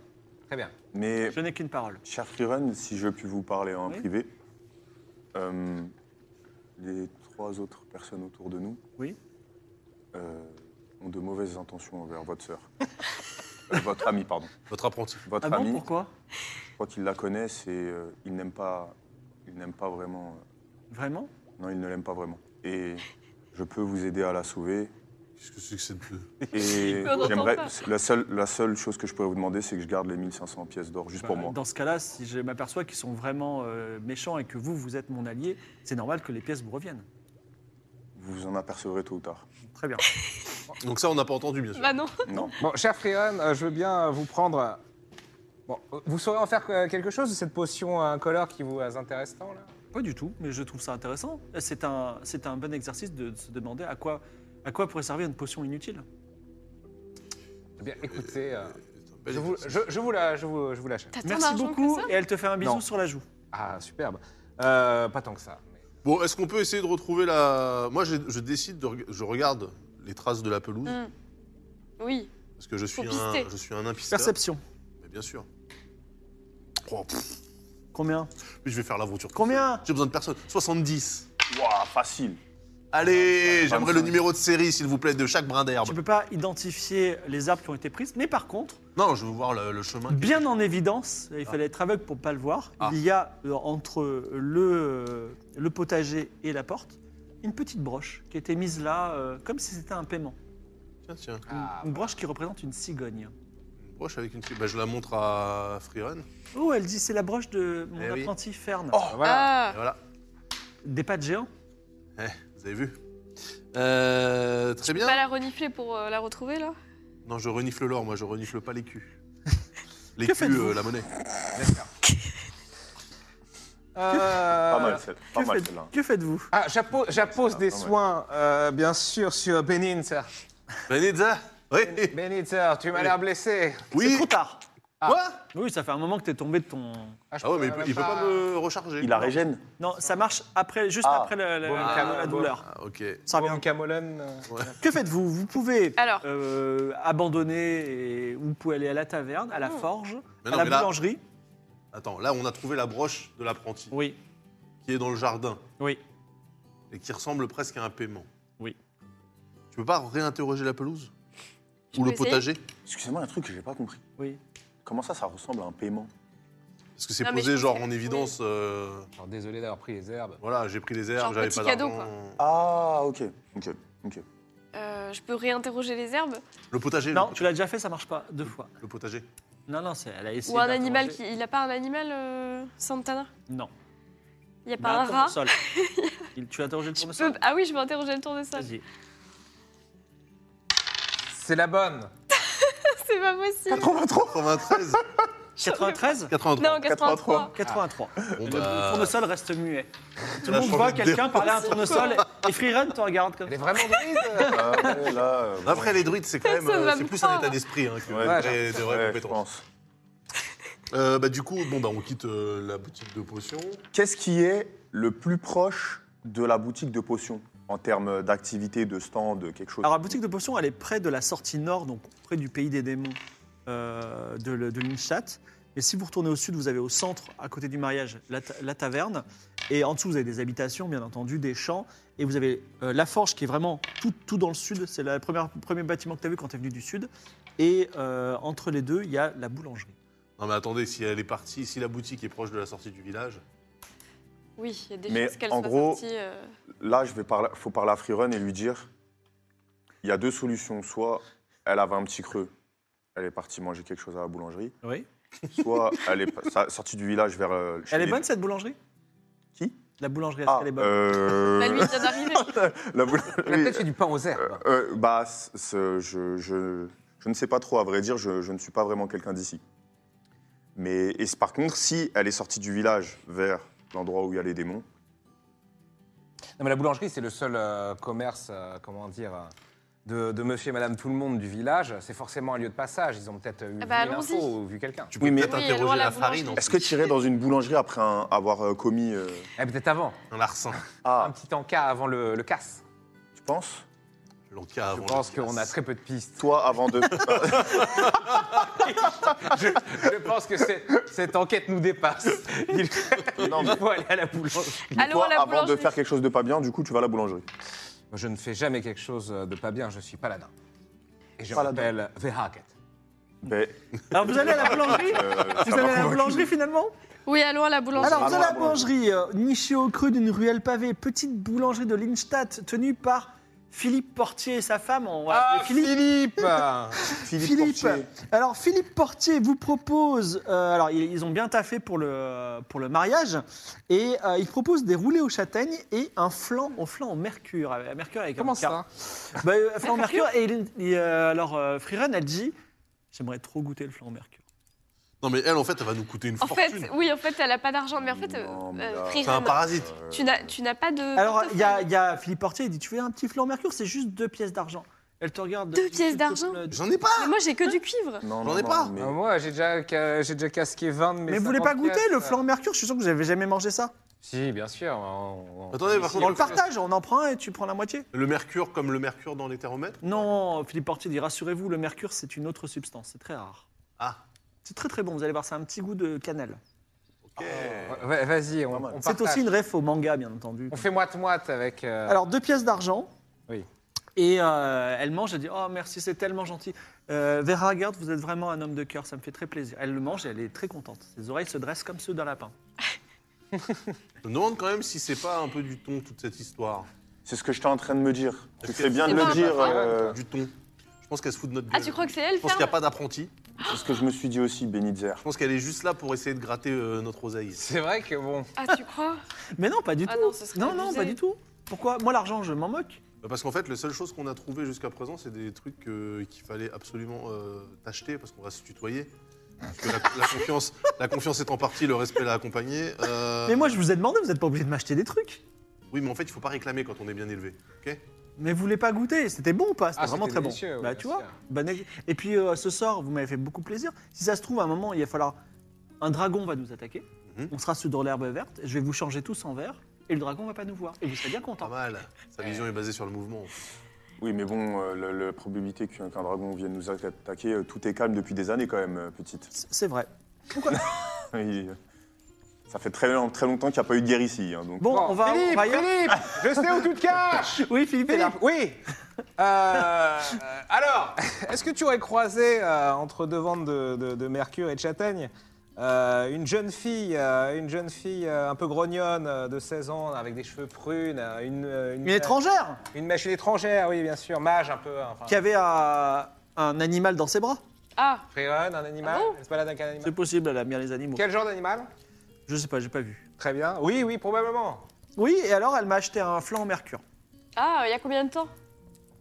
F: Très bien.
E: Mais,
A: Je n'ai qu'une parole.
E: cher Freerun, si je puis vous parler en
A: Oui.
E: privé, euh, les trois autres personnes autour de nous
A: Oui.
E: euh, ont de mauvaises intentions envers votre sœur. Euh, votre ami, pardon.
B: Votre apprenti.
E: Votre
A: Ah bon,
E: ami,
A: pourquoi
E: je crois qu'il la connaît, c'est euh, il n'aime pas, il n'aime pas vraiment. euh,
A: Vraiment
E: non, il ne l'aime pas vraiment. Et je peux vous aider à la sauver.
B: Qu'est-ce que c'est que cette.
E: Et
C: On entend
E: j'aimerais.
C: pas.
E: La seule, la seule chose que je pourrais vous demander, c'est que je garde les 1500 pièces d'or juste pour
A: Bah,
E: moi.
A: Dans ce cas-là, si je m'aperçois qu'ils sont vraiment euh, méchants et que vous, vous êtes mon allié, c'est normal que les pièces vous reviennent.
E: Vous vous en apercevrez tôt ou tard.
A: Très bien.
B: Donc, ça, on n'a pas entendu, bien sûr.
C: Bah non.
E: Non.
F: Bon, cher Freerun, euh, je veux bien euh, vous prendre. euh, Bon, euh, vous saurez en faire euh, quelque chose de cette potion euh, incolore qui vous euh, intéresse tant, là
A: Pas du tout, mais je trouve ça intéressant. Euh, C'est un, c'est un bon exercice de, de se demander à quoi, à quoi pourrait servir une potion inutile.
F: Eh bien, écoutez, euh,
B: C'est un bel
F: je, vous,
B: exercice.
F: je, je vous la, je, vous, je vous la jette.
C: T'as tant
A: Merci
C: d'argent
A: beaucoup,
C: que ça
A: et elle te fait un bisou
F: Non.
A: sur la joue.
F: Ah, superbe. Euh, pas tant que ça. mais-
B: Bon, est-ce qu'on peut essayer de retrouver la. Moi, je, je décide, de... reg- je regarde les traces de la pelouse,
C: Hmm. Oui.
B: parce que je suis,
C: Faut
B: un...
C: pister.
B: je suis un impisteur.
A: Perception.
B: Mais bien sûr. Oh, pff,
A: Combien
B: mais je vais faire l'aventure. tout
A: Combien
B: seul. J'ai besoin de personne. 70.
E: Waouh, facile.
B: Allez, j'aimerais le
E: 25.
B: numéro de série, s'il vous plaît, de chaque brin
A: Tu
B: d'herbe.
A: ne peux pas identifier les arbres qui ont été prises, mais par contre,
B: Non, je veux voir le, le chemin.
A: bien en évidence, il fallait être aveugle pour ne pas le voir,
B: Ah.
A: il y a euh, entre le, euh, le potager et la porte une petite broche qui a été mise là euh, comme si c'était un paiement.
B: Tiens, tiens.
A: Une-
F: Ah,
A: une broche qui représente une cigogne.
B: Une broche avec une. Bah, je la montre à Freerun.
A: Oh, elle dit c'est la broche de mon
B: Eh oui.
A: apprenti Fern.
F: voilà.
B: Et
C: Ah,
B: voilà.
A: Des pas de géant
B: Eh, vous avez vu Euh, Très bien.
C: pas la renifler pour euh, la retrouver là
B: Non, je renifle l'or, moi, je renifle pas les culs. Les
A: Que
B: culs,
A: faites-vous
B: euh, la monnaie.
F: Euh,
E: Pas mal, celle, pas
A: Que
E: mal
A: faites-
E: celle-là.
A: que faites-vous
F: Ah, j'appo- j'appose des
E: Ah, ouais.
F: soins, euh, bien sûr, sur Benitzer.
B: Benedza Bah, Oui
F: Benitzer, tu m'as l'air blessé.
A: C'est
B: Oui
A: trop tard.
B: Quoi
A: Oui, ça fait un moment que t'es tombé de ton.
F: je
B: Ah ouais,
F: peux
B: mais il
F: même
B: peut, il peut pas me recharger.
E: Il la régène
A: Non, ça marche après, juste
E: Ah,
A: après la, la-
F: bon,
A: la-
F: calme,
A: la
F: bon.
A: douleur.
B: Ah, ok.
A: Ça
F: Bon,
A: revient.
F: Camolen, euh,
A: Que faites-vous Vous pouvez
C: Alors.
A: euh, abandonner et vous pouvez aller à la taverne, à la
C: Hmm.
A: forge,
B: Mais
A: à
B: non,
A: la
B: mais là-
A: boulangerie.
B: Attends, là, on a trouvé la broche de l'apprenti
A: Oui,
B: qui est dans le jardin
A: oui.
B: et qui ressemble presque à un paiement.
A: Oui.
B: Tu peux pas réinterroger la pelouse
C: Je
B: Ou
C: peux
B: le
C: essayer
B: potager
E: Excusez-moi, il y a un truc que j'ai pas compris.
A: Oui.
E: Comment ça, ça ressemble à un paiement
B: Parce que c'est
C: Non, mais
B: posé
C: je
B: genre
C: pense
B: en
C: que-
B: évidence. euh,
F: alors, Oh, désolé d'avoir pris les herbes.
B: voilà, j'ai pris les
C: Genre
B: herbes, j'avais
C: petit
B: pas
C: cadeau,
B: d'argent.
E: Ah, ok. Ok, ok.
C: Euh, euh, je peux réinterroger les herbes
B: Le potager.
A: Non,
B: le,
A: tu l'as déjà fait, ça marche pas. Deux fois.
B: le potager.
A: Non, non, c'est, elle a essayé.
C: Ou un
A: d'interroger.
C: animal qui. Il a pas un animal, euh, Santana
A: Non.
C: Il n'y a
A: Mais
C: pas un rat
A: tournesol. Il- tu as interrogé le
C: Je peux-
A: tournesol
C: Ah oui, je vais interroger le tournesol.
A: Vas-y.
F: C'est la bonne.
C: C'est pas possible.
B: 93
A: 93
C: Non,
B: 83.
C: 83.
A: 83.
B: Bon,
A: Le
B: bah,
A: tournesol reste muet. Tout le
B: la
A: monde
B: chance
A: voit
B: de
A: quelqu'un
B: dé-
A: parler à un tournesol et Freerun te regarde comme
F: Elle est vraiment druide.
E: Après, là, euh, bon,
B: Après, les druides, c'est quand
C: Ça,
B: même.
C: ça
B: euh,
C: va
B: C'est
C: me
B: plus un état
C: prendre.
B: d'esprit hein, que
E: Ouais,
B: des vraies- des vraies
E: ouais, je
B: compétences.
E: pense.
B: Euh, bah, du coup, bon, bah, on quitte euh, la boutique de potions.
E: Qu'est-ce qui est le plus proche de la boutique de potions en termes d'activité, de stand, quelque chose
A: Alors la boutique de potions, elle est près de la sortie nord, donc près du pays des démons euh, de, le- de l'Inchat. Et si vous retournez au sud, vous avez au centre, à côté du mariage, la, ta- la taverne. Et en dessous, vous avez des habitations, bien entendu, des champs. Et vous avez euh, la forge qui est vraiment tout, tout dans le sud. C'est le premier bâtiment que tu as vu quand tu es venu du sud. Et euh, entre les deux, il y a la boulangerie.
B: Non, mais attendez, si elle est partie, si la boutique est proche de la sortie du village.
C: Oui, il y a des
E: Mais
C: choses qu'elle
E: en
C: soit
E: gros-
C: sortie, euh,
E: Là, je vais parler, faut parler à Freerun et lui dire il y a deux solutions. Soit elle avait un petit creux, elle est partie manger quelque chose à la boulangerie.
A: Oui.
E: Soit elle est pa- sa- sortie du village vers. euh, chez
A: Elle est
E: les-
A: bonne cette boulangerie
E: Qui
A: La boulangerie, est-ce
E: Ah,
A: qu'elle est bonne
E: euh,
C: Bah, lui, il vient d'arriver.
E: la boul-
F: Elle a
E: oui,
F: peut-être fait du pain aux
E: euh,
F: herbes.
E: euh, bah, c- ce- je, je- je ne sais pas trop, à vrai dire, je, je ne suis pas vraiment quelqu'un d'ici. Mais et c- par contre, si elle est sortie du village vers l'endroit où il y a les démons,
F: Non, mais la boulangerie, c'est le seul euh, commerce, euh, comment dire, euh, de, de monsieur et madame tout le monde du village. C'est forcément un lieu de passage. Ils ont peut-être eu
C: Ah bah,
F: une
C: allons-y.
F: info ou vu quelqu'un.
B: Tu peux
E: Oui, mais-
B: peut-être
C: Oui, alors,
B: interroger
C: la
B: la farine, en
C: boulangerie.
E: est-ce que tu irais dans une boulangerie après un- avoir euh, commis. euh,
F: Eh, peut-être avant.
B: un larcin.
E: Ah,
F: Un petit encas avant le, le casse.
E: tu penses
B: Le cas
F: Je
B: avant
F: pense
B: le
F: qu'on a
B: casse.
F: très peu de pistes.
E: Toi, avant de. euh,
F: Je, je pense que c'est- cette enquête nous dépasse. Il,
E: Non, mais-
F: il faut aller à la boulangerie.
C: Allons
E: toi,
C: à la
E: avant de
C: boulangerie.
E: faire quelque chose de pas bien, du coup, tu vas à la boulangerie.
F: Moi, Je ne fais jamais quelque chose de pas bien. Je suis paladin. Et je
E: Paladin.
F: m'appelle Verhaket.
E: Ben,
A: Alors vous allez à la boulangerie
E: euh, ça
A: Vous
E: m'a
A: allez à la
E: convaincu.
A: boulangerie finalement
C: Oui, allons à la boulangerie.
A: Alors, vous
E: Allons
A: allez
E: à
A: à
E: la
A: Ah la boulangerie, euh, nichée au creux d'une ruelle pavée, petite boulangerie de Lindstadt, tenue par Philippe Portier et sa femme. On va
F: Ah,
A: appeler Philippe.
F: Philippe Ah,
E: Philippe, Portier.
A: Alors, Philippe Portier vous propose. euh, alors, ils, ils ont bien taffé pour le, pour le mariage. Et euh, ils proposent des roulés aux châtaignes et un flan au flan au mercure. euh, mercure avec un
F: Comment
A: K.
F: ça
A: Bah, euh, flan au mercure. Et, il- il- euh, alors, euh, Freerun a dit J'aimerais trop goûter le flan au mercure.
B: Non, mais elle, en fait, elle va nous coûter une
C: En
B: fortune.
C: fait, oui, en fait, elle a pas d'argent, mais en fait, euh,
E: Non, mais
C: euh,
E: là-
C: Freerun,
B: C'est un parasite.
C: tu n'as, tu n'as pas de.
A: Alors, il
C: portefeuille.
A: y, a- il y a Philippe Portier, il dit Tu veux un petit flan au mercure C'est juste deux pièces d'argent. Elle te regarde.
C: Deux pièces d'argent
A: Euh,
B: J'en ai pas
C: Mais moi, j'ai que du cuivre.
E: Non,
B: J'en
E: non,
B: ai
E: non,
B: pas.
E: mais-
F: Ah, Moi, j'ai déjà, ca- j'ai déjà casqué 20 de mes
A: Mais vous voulez pas
F: 50
A: goûter le
F: pièces. euh,
A: flan au mercure Je suis sûr que vous avez jamais mangé ça.
F: Si, bien sûr. hein, on- on-
B: Attendez, par
F: on-
B: contre,
A: On le partage, on en prend un et tu prends la moitié.
B: Le mercure comme le mercure dans les thermomètres
A: Non, Philippe Portier dit rassurez-vous, le mercure c'est une autre substance, c'est très rare.
B: Ah,
A: C'est très très bon, vous allez voir, c'est un petit goût de cannelle.
B: ok.
F: Ouais, Vas-y, on,
E: Pas mal.
F: on
A: C'est
F: partage.
A: aussi une ref au manga, bien entendu.
F: On fait moite-moite avec. euh,
A: Alors deux pièces d'argent.
F: Oui.
A: Et euh, elle mange, elle dit oh merci, c'est tellement gentil. Euh, Vera Haggard, vous êtes vraiment un homme de cœur, ça me fait très plaisir. Elle le mange et elle est très contente. Ses oreilles se dressent comme ceux d'un lapin.
B: Je me demande quand même si c'est pas un peu du ton, toute cette histoire.
E: C'est ce que j'étais en train de me dire. Tu
B: Est-ce
E: fais
B: que-
E: bien de
C: C'est
E: me
C: pas
E: dire.
C: important.
E: euh,
B: Du ton. Je pense qu'elle se fout de notre gueule.
C: Ah, tu crois que c'est elle,
B: Je pense qu'il n'y a
C: Ferme
B: pas d'apprenti.
E: C'est ce que je me suis dit aussi, Benitzer.
B: Je pense qu'elle est juste là pour essayer de gratter euh, notre oseille.
F: C'est vrai que bon.
C: Ah, tu crois
A: Mais non, pas du
C: Ah
A: tout.
C: non, ce serait
A: non, non,
C: abusé.
A: pas du tout. Pourquoi Moi l'argent, je m'en moque.
B: Bah, Parce qu'en fait, la seule chose qu'on a trouvé jusqu'à présent, c'est des trucs euh, qu'il fallait absolument euh, t'acheter parce qu'on va se tutoyer. Parce que la, la confiance, la confiance est en partie, le respect l'a accompagné. Euh,
A: Mais moi je vous ai demandé, vous n'êtes pas obligé de m'acheter des trucs.
B: Oui, mais en fait, il faut pas réclamer quand on est bien élevé. ok
A: Mais vous voulez pas goûter C'était bon ou pas C'était
F: Ah,
A: vraiment
F: c'était
A: très bon.
F: délicieux, ouais,
A: bah, tu
F: bien
A: vois.
F: sûr.
A: bon ex- Et puis euh, ce sort, vous m'avez fait beaucoup plaisir. Si ça se trouve, à un moment, il va falloir. Un dragon va nous attaquer.
B: Mhm.
A: On sera sous dans l'herbe verte. Je vais vous changer tous en vert. Et le dragon va pas nous voir. Et vous serez bien
B: Pas
A: content.
F: Ah, bah.
B: mal. Sa vision est basée sur le mouvement.
E: Oui, mais bon, euh, le- la probabilité qu'un qu'un dragon vienne nous attaquer, euh, tout est calme depuis des années quand même, euh, petite.
A: C'est vrai.
E: Il- euh, Ça fait très, long- très longtemps qu'il n'y a pas eu de guerre ici. hein, donc...
A: Bon,
F: Bon,
A: on va.
F: Philippe,
A: on va ailleurs.
F: Philippe Je sais où tu te caches
A: Oui, Philippe, est là.
F: Philippe, oui Euh, euh, Alors, est-ce que tu aurais croisé euh, entre deux ventes de, de- de mercure et de châtaigne Euh, une jeune fille, euh, une jeune fille euh, un peu grognonne euh, de 16 ans, avec des cheveux prunes, euh, une, euh,
A: Une étrangère
F: une mèche une étrangère, oui bien sûr, mage un peu. hein, Enfin,
A: qui avait euh, un animal dans ses bras.
C: Ah,
F: Freerun, un animal.
C: Ah bon
F: Elle se balade avec un animal.
A: C'est possible, elle aime bien les animaux.
F: Quel genre d'animal
A: Je sais pas, j'ai pas vu.
F: Très bien. Oui, oui, probablement.
A: Oui, et alors elle m'a acheté un flan en mercure,
C: ah, il y a combien de temps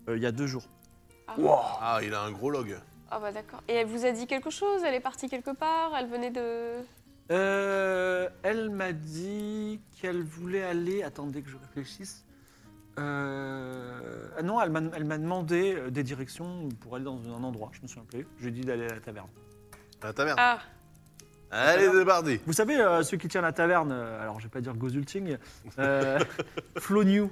A: euh, il y a deux jours.
C: ah.
B: Ah, il a un gros log.
C: Ah bah d'accord. Et elle vous a dit quelque chose Elle est partie quelque part Elle venait de...
A: Euh, elle m'a dit qu'elle voulait aller. Attendez que je réfléchisse. Euh, ah non, elle m'a elle m'a demandé euh, des directions pour aller dans un endroit. Je me souviens plus. Je lui ai dit d'aller à la taverne.
B: À la taverne.
C: Ah,
B: Allez, débardez.
A: Vous savez, euh, celui qui tient la taverne, euh, alors je vais pas dire Gozulting, euh, Flo New.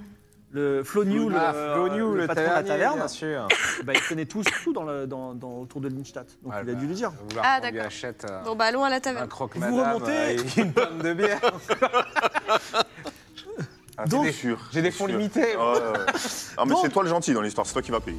A: Le Flo New, le, euh,
F: Ah, Flonio,
A: le patron de la
F: tavernier,
A: taverne,
F: bien sûr.
A: bah, il connaît tous tout dans le- dans- dans- autour de Lindstadt. Donc
F: Ah,
A: il a
F: bah.
A: dû lui dire.
F: On va-
C: Ah,
F: on lui
C: d'accord.
F: achète euh,
C: bon bah allons à la
F: un
C: taverne.
F: croque
A: Vous remontez-
F: une pomme de bière.
E: Ah, c'est
F: Donc,
E: sûr,
F: j'ai des
E: c'est
F: fonds
E: sûr.
F: limités.
E: Ouais, ouais, ouais. Ah, mais
A: Donc-
E: c'est toi le gentil dans l'histoire, c'est toi qui vas payer.